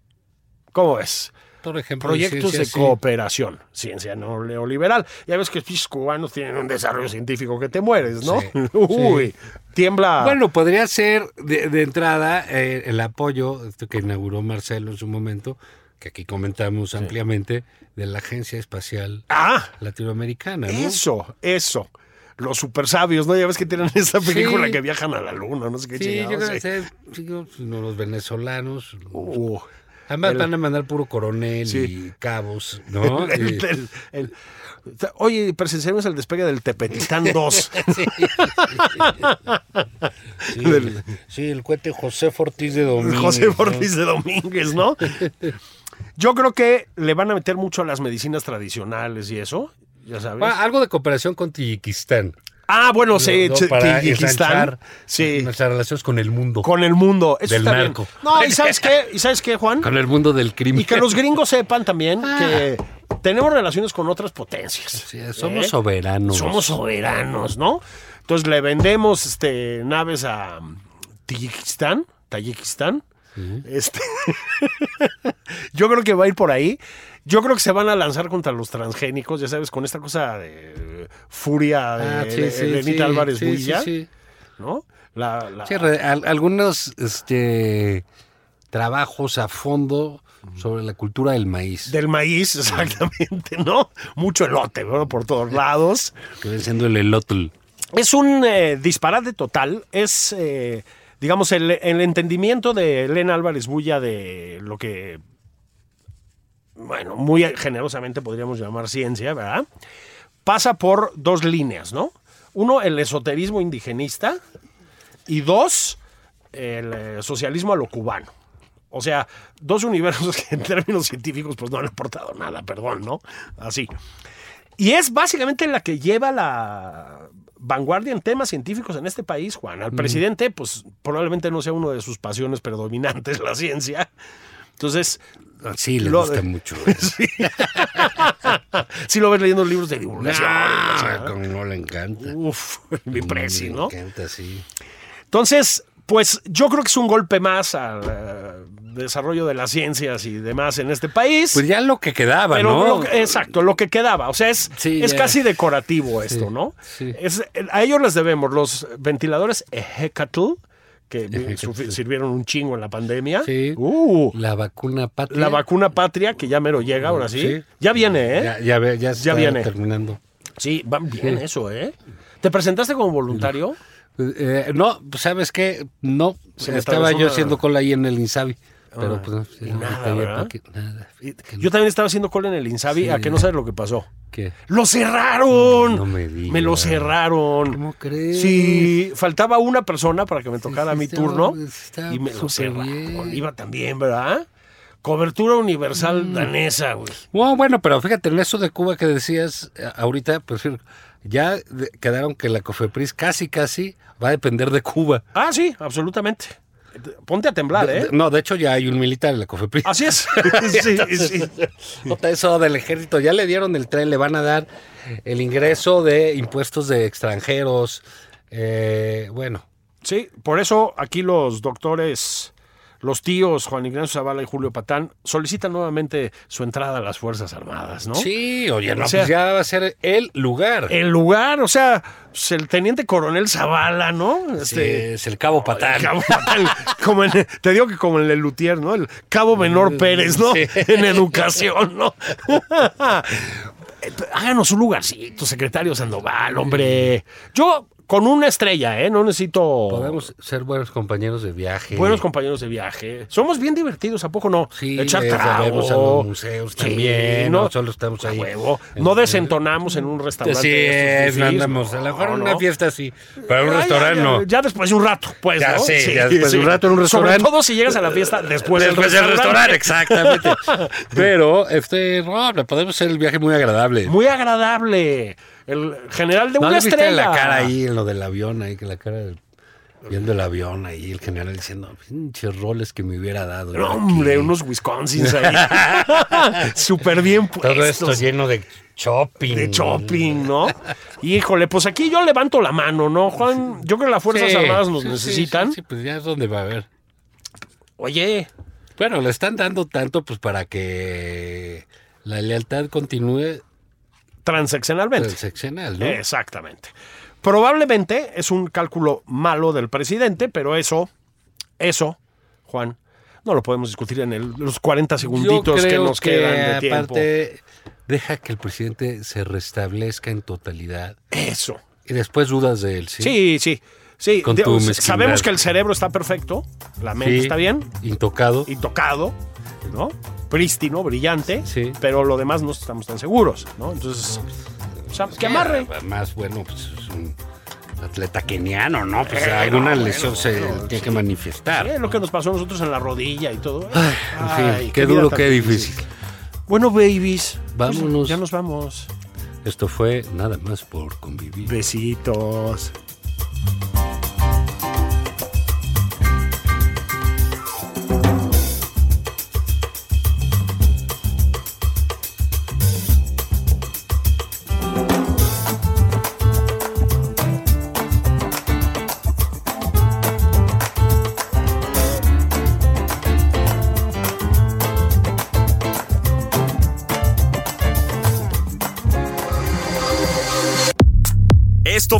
Speaker 2: ¿Cómo ves?
Speaker 1: Por ejemplo,
Speaker 2: Proyectos
Speaker 1: ciencia,
Speaker 2: de
Speaker 1: sí.
Speaker 2: cooperación, ciencia no neoliberal. Ya ves que los cubanos tienen un desarrollo científico que te mueres, ¿no?
Speaker 1: Sí,
Speaker 2: Uy, tiembla.
Speaker 1: Bueno, podría ser de, de entrada eh, el apoyo esto que inauguró Marcelo en su momento, que aquí comentamos ampliamente, de la Agencia Espacial
Speaker 2: ah,
Speaker 1: Latinoamericana. ¿no?
Speaker 2: eso, eso. Los super sabios, ¿no? Ya ves que tienen esta
Speaker 1: Sí.
Speaker 2: película que viajan a la luna, no sé qué
Speaker 1: Sí, yo
Speaker 2: chingados,
Speaker 1: creo que
Speaker 2: sí.
Speaker 1: ser, digo, no, los venezolanos.
Speaker 2: Uh,
Speaker 1: Además
Speaker 2: el-
Speaker 1: van a mandar puro coronel
Speaker 2: Sí.
Speaker 1: y cabos, ¿no?
Speaker 2: el-
Speaker 1: Eh,
Speaker 2: el- el- oye, presenciamos el despegue del Tepetitán 2.
Speaker 1: sí, el- sí, el cohete José Fortís de Domínguez.
Speaker 2: José
Speaker 1: ¿no?
Speaker 2: Borges de Domínguez, ¿no? Yo creo que le van a meter mucho a las medicinas tradicionales y eso, ya sabes.
Speaker 1: Ah, algo de cooperación con Tayikistán.
Speaker 2: Ah, bueno, sí,
Speaker 1: ¿no?
Speaker 2: sí,
Speaker 1: para
Speaker 2: Tayikistán.
Speaker 1: ensanchar
Speaker 2: Sí,
Speaker 1: nuestras relaciones con el mundo.
Speaker 2: con el mundo. Eso
Speaker 1: Del
Speaker 2: está bien.
Speaker 1: narco.
Speaker 2: No, ¿y sabes qué? ¿Y sabes qué, Juan?
Speaker 1: Con Ah. el mundo del crimen.
Speaker 2: Y que los gringos sepan también que tenemos relaciones con otras potencias.
Speaker 1: Sí, somos
Speaker 2: ¿eh?
Speaker 1: soberanos.
Speaker 2: Somos soberanos, ¿no? Entonces le vendemos este, naves a mm, Tayikistán, Tayikistán. Este, yo creo que va a ir por ahí. Yo creo que se van a lanzar contra los transgénicos, ya sabes, con esta cosa de eh, furia de,
Speaker 1: Ah, sí,
Speaker 2: de-
Speaker 1: sí,
Speaker 2: de Benita
Speaker 1: sí,
Speaker 2: Álvarez
Speaker 1: sí,
Speaker 2: Builla,
Speaker 1: sí, sí.
Speaker 2: ¿no? La, la-
Speaker 1: Sí, re- al- algunos este, trabajos a fondo sobre la cultura del maíz.
Speaker 2: del maíz, exactamente, ¿no? Mucho elote, ¿no? Por todos lados.
Speaker 1: que viene siendo el elotl.
Speaker 2: Es un eh, disparate total. Es, eh, digamos, el, el entendimiento de Elena Álvarez Bulla de lo que, bueno, muy generosamente podríamos llamar ciencia, ¿verdad? Pasa por dos líneas, ¿no? Uno, el esoterismo indigenista y dos, el eh, socialismo a lo cubano. O sea, dos universos que en términos científicos pues no han aportado nada, perdón, ¿no? Así. Y es básicamente la que lleva la vanguardia en temas científicos en este país, Juan. Al presidente, pues probablemente no sea una de sus pasiones predominantes la ciencia. Entonces,
Speaker 1: Sí, le
Speaker 2: Lo-
Speaker 1: gusta mucho.
Speaker 2: sí. Sí lo ves leyendo libros de divulgación.
Speaker 1: Ah,
Speaker 2: o sea,
Speaker 1: como no le encanta.
Speaker 2: Uf, mi
Speaker 1: Mm,
Speaker 2: presi,
Speaker 1: Le
Speaker 2: ¿no?
Speaker 1: encanta, sí.
Speaker 2: Entonces, pues yo creo que es un golpe más al eh, desarrollo de las ciencias y demás en este país.
Speaker 1: Pues ya lo que quedaba,
Speaker 2: pero
Speaker 1: ¿no?
Speaker 2: lo que- exacto, lo que quedaba. O sea, es,
Speaker 1: Sí,
Speaker 2: es
Speaker 1: ya.
Speaker 2: casi decorativo esto, ¿no?
Speaker 1: sí.
Speaker 2: Es, a ellos les debemos los ventiladores Ejecatl, que su- sirvieron un chingo en la pandemia.
Speaker 1: Sí.
Speaker 2: Uh,
Speaker 1: La vacuna patria.
Speaker 2: la vacuna patria, que ya mero llega, ahora sí.
Speaker 1: Sí.
Speaker 2: Ya viene, ¿eh?
Speaker 1: Ya, ya, ve- ya se
Speaker 2: Ya
Speaker 1: está
Speaker 2: viene.
Speaker 1: terminando.
Speaker 2: Sí, van bien eso, ¿eh? ¿Te presentaste como voluntario?
Speaker 1: Eh, no, pues, ¿sabes qué? No,
Speaker 2: Se me
Speaker 1: estaba yo
Speaker 2: atravesó una- Ah,
Speaker 1: haciendo cola ahí en el Insabi. Pero pues no, sí, no,
Speaker 2: nada,
Speaker 1: tenía
Speaker 2: ¿verdad?
Speaker 1: pa' qué- nada. Que no-
Speaker 2: Yo también estaba haciendo cola en el Insabi,
Speaker 1: Sí.
Speaker 2: a que no sabes lo que pasó.
Speaker 1: ¿Qué?
Speaker 2: ¡Lo cerraron!
Speaker 1: No me digas.
Speaker 2: lo cerraron.
Speaker 1: ¿Cómo crees?
Speaker 2: Sí, faltaba una persona para que me tocara
Speaker 1: sí,
Speaker 2: mi
Speaker 1: estaba-
Speaker 2: turno.
Speaker 1: estaba
Speaker 2: Y me lo
Speaker 1: pues, súper
Speaker 2: cerraron.
Speaker 1: bien. Mm.
Speaker 2: Iba también, ¿verdad? Cobertura universal danesa, güey.
Speaker 1: Bueno, Oh, bueno, pero fíjate, en eso de Cuba que decías eh, ahorita, pues sí, ya de- quedaron que la COFEPRIS casi, casi va a depender de Cuba.
Speaker 2: Ah, sí, absolutamente. Ponte a temblar,
Speaker 1: De-
Speaker 2: ¿eh? Ah,
Speaker 1: de- no, de hecho ya hay un militar en la COFEPRIS.
Speaker 2: Así es. Sí, sí.
Speaker 1: Nota eso del ejército, ya le dieron el tren, le van a dar el ingreso de impuestos de extranjeros. eh, bueno,
Speaker 2: Sí, por eso aquí los doctores, los tíos Juan Ignacio Zavala y Julio Patán solicitan nuevamente su entrada a las Fuerzas Armadas, ¿no?
Speaker 1: sí, oye, no,
Speaker 2: O sea-
Speaker 1: pues ya va a ser el lugar.
Speaker 2: El lugar, o sea, pues, el teniente coronel Zavala, ¿no?
Speaker 1: Sí,
Speaker 2: Este,
Speaker 1: es el cabo patán.
Speaker 2: Cabo Patán, como en- te digo que como en el Lutier, ¿no? El Cabo Menor Pérez, ¿no?
Speaker 1: Mm, Sí.
Speaker 2: En educación, ¿no? Háganos un lugarcito, secretario Sandoval, hombre. Yo con una estrella, ¿eh? No necesito...
Speaker 1: Podemos ser buenos compañeros de viaje.
Speaker 2: Buenos compañeros de viaje. Somos bien divertidos, ¿a poco no?
Speaker 1: Sí,
Speaker 2: Echar
Speaker 1: les
Speaker 2: trago.
Speaker 1: sabemos a los museos también, ¿no? Solo estamos
Speaker 2: A
Speaker 1: ahí.
Speaker 2: huevo. No desentonamos en un restaurante.
Speaker 1: Sí,
Speaker 2: estos
Speaker 1: es,
Speaker 2: fifís,
Speaker 1: no andamos. A lo
Speaker 2: no,
Speaker 1: mejor en
Speaker 2: no.
Speaker 1: una fiesta sí, pero en un
Speaker 2: Ay,
Speaker 1: restaurante
Speaker 2: ya,
Speaker 1: no.
Speaker 2: Ya, ya después de un rato, pues,
Speaker 1: Ya
Speaker 2: ¿no?
Speaker 1: sé, ya después de un rato en un restaurante.
Speaker 2: Sobre todo si llegas a la fiesta
Speaker 1: Después
Speaker 2: después, del
Speaker 1: del
Speaker 2: Pues restaurante.
Speaker 1: restaurante, exactamente. Pero, este, no, le podemos hacer el viaje muy agradable.
Speaker 2: Muy agradable. El general de
Speaker 1: ¿No
Speaker 2: una
Speaker 1: le viste
Speaker 2: estrella.
Speaker 1: la cara ahí, en lo del avión ahí, que la cara del- viendo el avión ahí, el general diciendo, pinches roles que me hubiera dado. yo
Speaker 2: No, hombre,
Speaker 1: aquí".
Speaker 2: unos Wisconsins ahí. Súper bien puestos.
Speaker 1: Todo esto lleno de shopping.
Speaker 2: de shopping, ¿no? Híjole, pues aquí yo levanto la mano, ¿no, Juan? Yo creo que las Fuerzas
Speaker 1: Sí,
Speaker 2: Armadas nos
Speaker 1: sí, sí,
Speaker 2: necesitan.
Speaker 1: sí, sí, pues ya es donde va a haber.
Speaker 2: Oye,
Speaker 1: Bueno, le están dando tanto pues para que la lealtad continúe
Speaker 2: transaccionalmente.
Speaker 1: transaccional, ¿no?
Speaker 2: Exactamente. Probablemente es un cálculo malo del presidente, pero eso, eso, Juan, no lo podemos discutir en el- los 40 segunditos que nos quedan de tiempo.
Speaker 1: aparte deja que el presidente se restablezca en totalidad
Speaker 2: Eso.
Speaker 1: y después dudas de él, ¿sí?
Speaker 2: Sí, sí. Sí,
Speaker 1: Con
Speaker 2: De-
Speaker 1: tu mezquindad.
Speaker 2: sabemos que el cerebro está perfecto, la mente
Speaker 1: Sí,
Speaker 2: está bien,
Speaker 1: Intocado.
Speaker 2: y tocado, ¿no? Prístino, brillante,
Speaker 1: Sí.
Speaker 2: pero lo demás no estamos tan seguros, ¿no? Entonces, o sea,
Speaker 1: Pues
Speaker 2: que amarre.
Speaker 1: Más bueno, pues es un atleta keniano, ¿no? Pues alguna lesión se tiene que manifestar.
Speaker 2: Eh, lo que nos pasó a nosotros en la rodilla y todo. ¿eh?
Speaker 1: En fin,
Speaker 2: Ay,
Speaker 1: qué
Speaker 2: vida
Speaker 1: duro,
Speaker 2: tan
Speaker 1: qué difícil.
Speaker 2: Bueno, babies. pues,
Speaker 1: Vámonos.
Speaker 2: ya nos vamos.
Speaker 1: Esto fue nada más por convivir.
Speaker 2: Besitos.
Speaker 3: Esto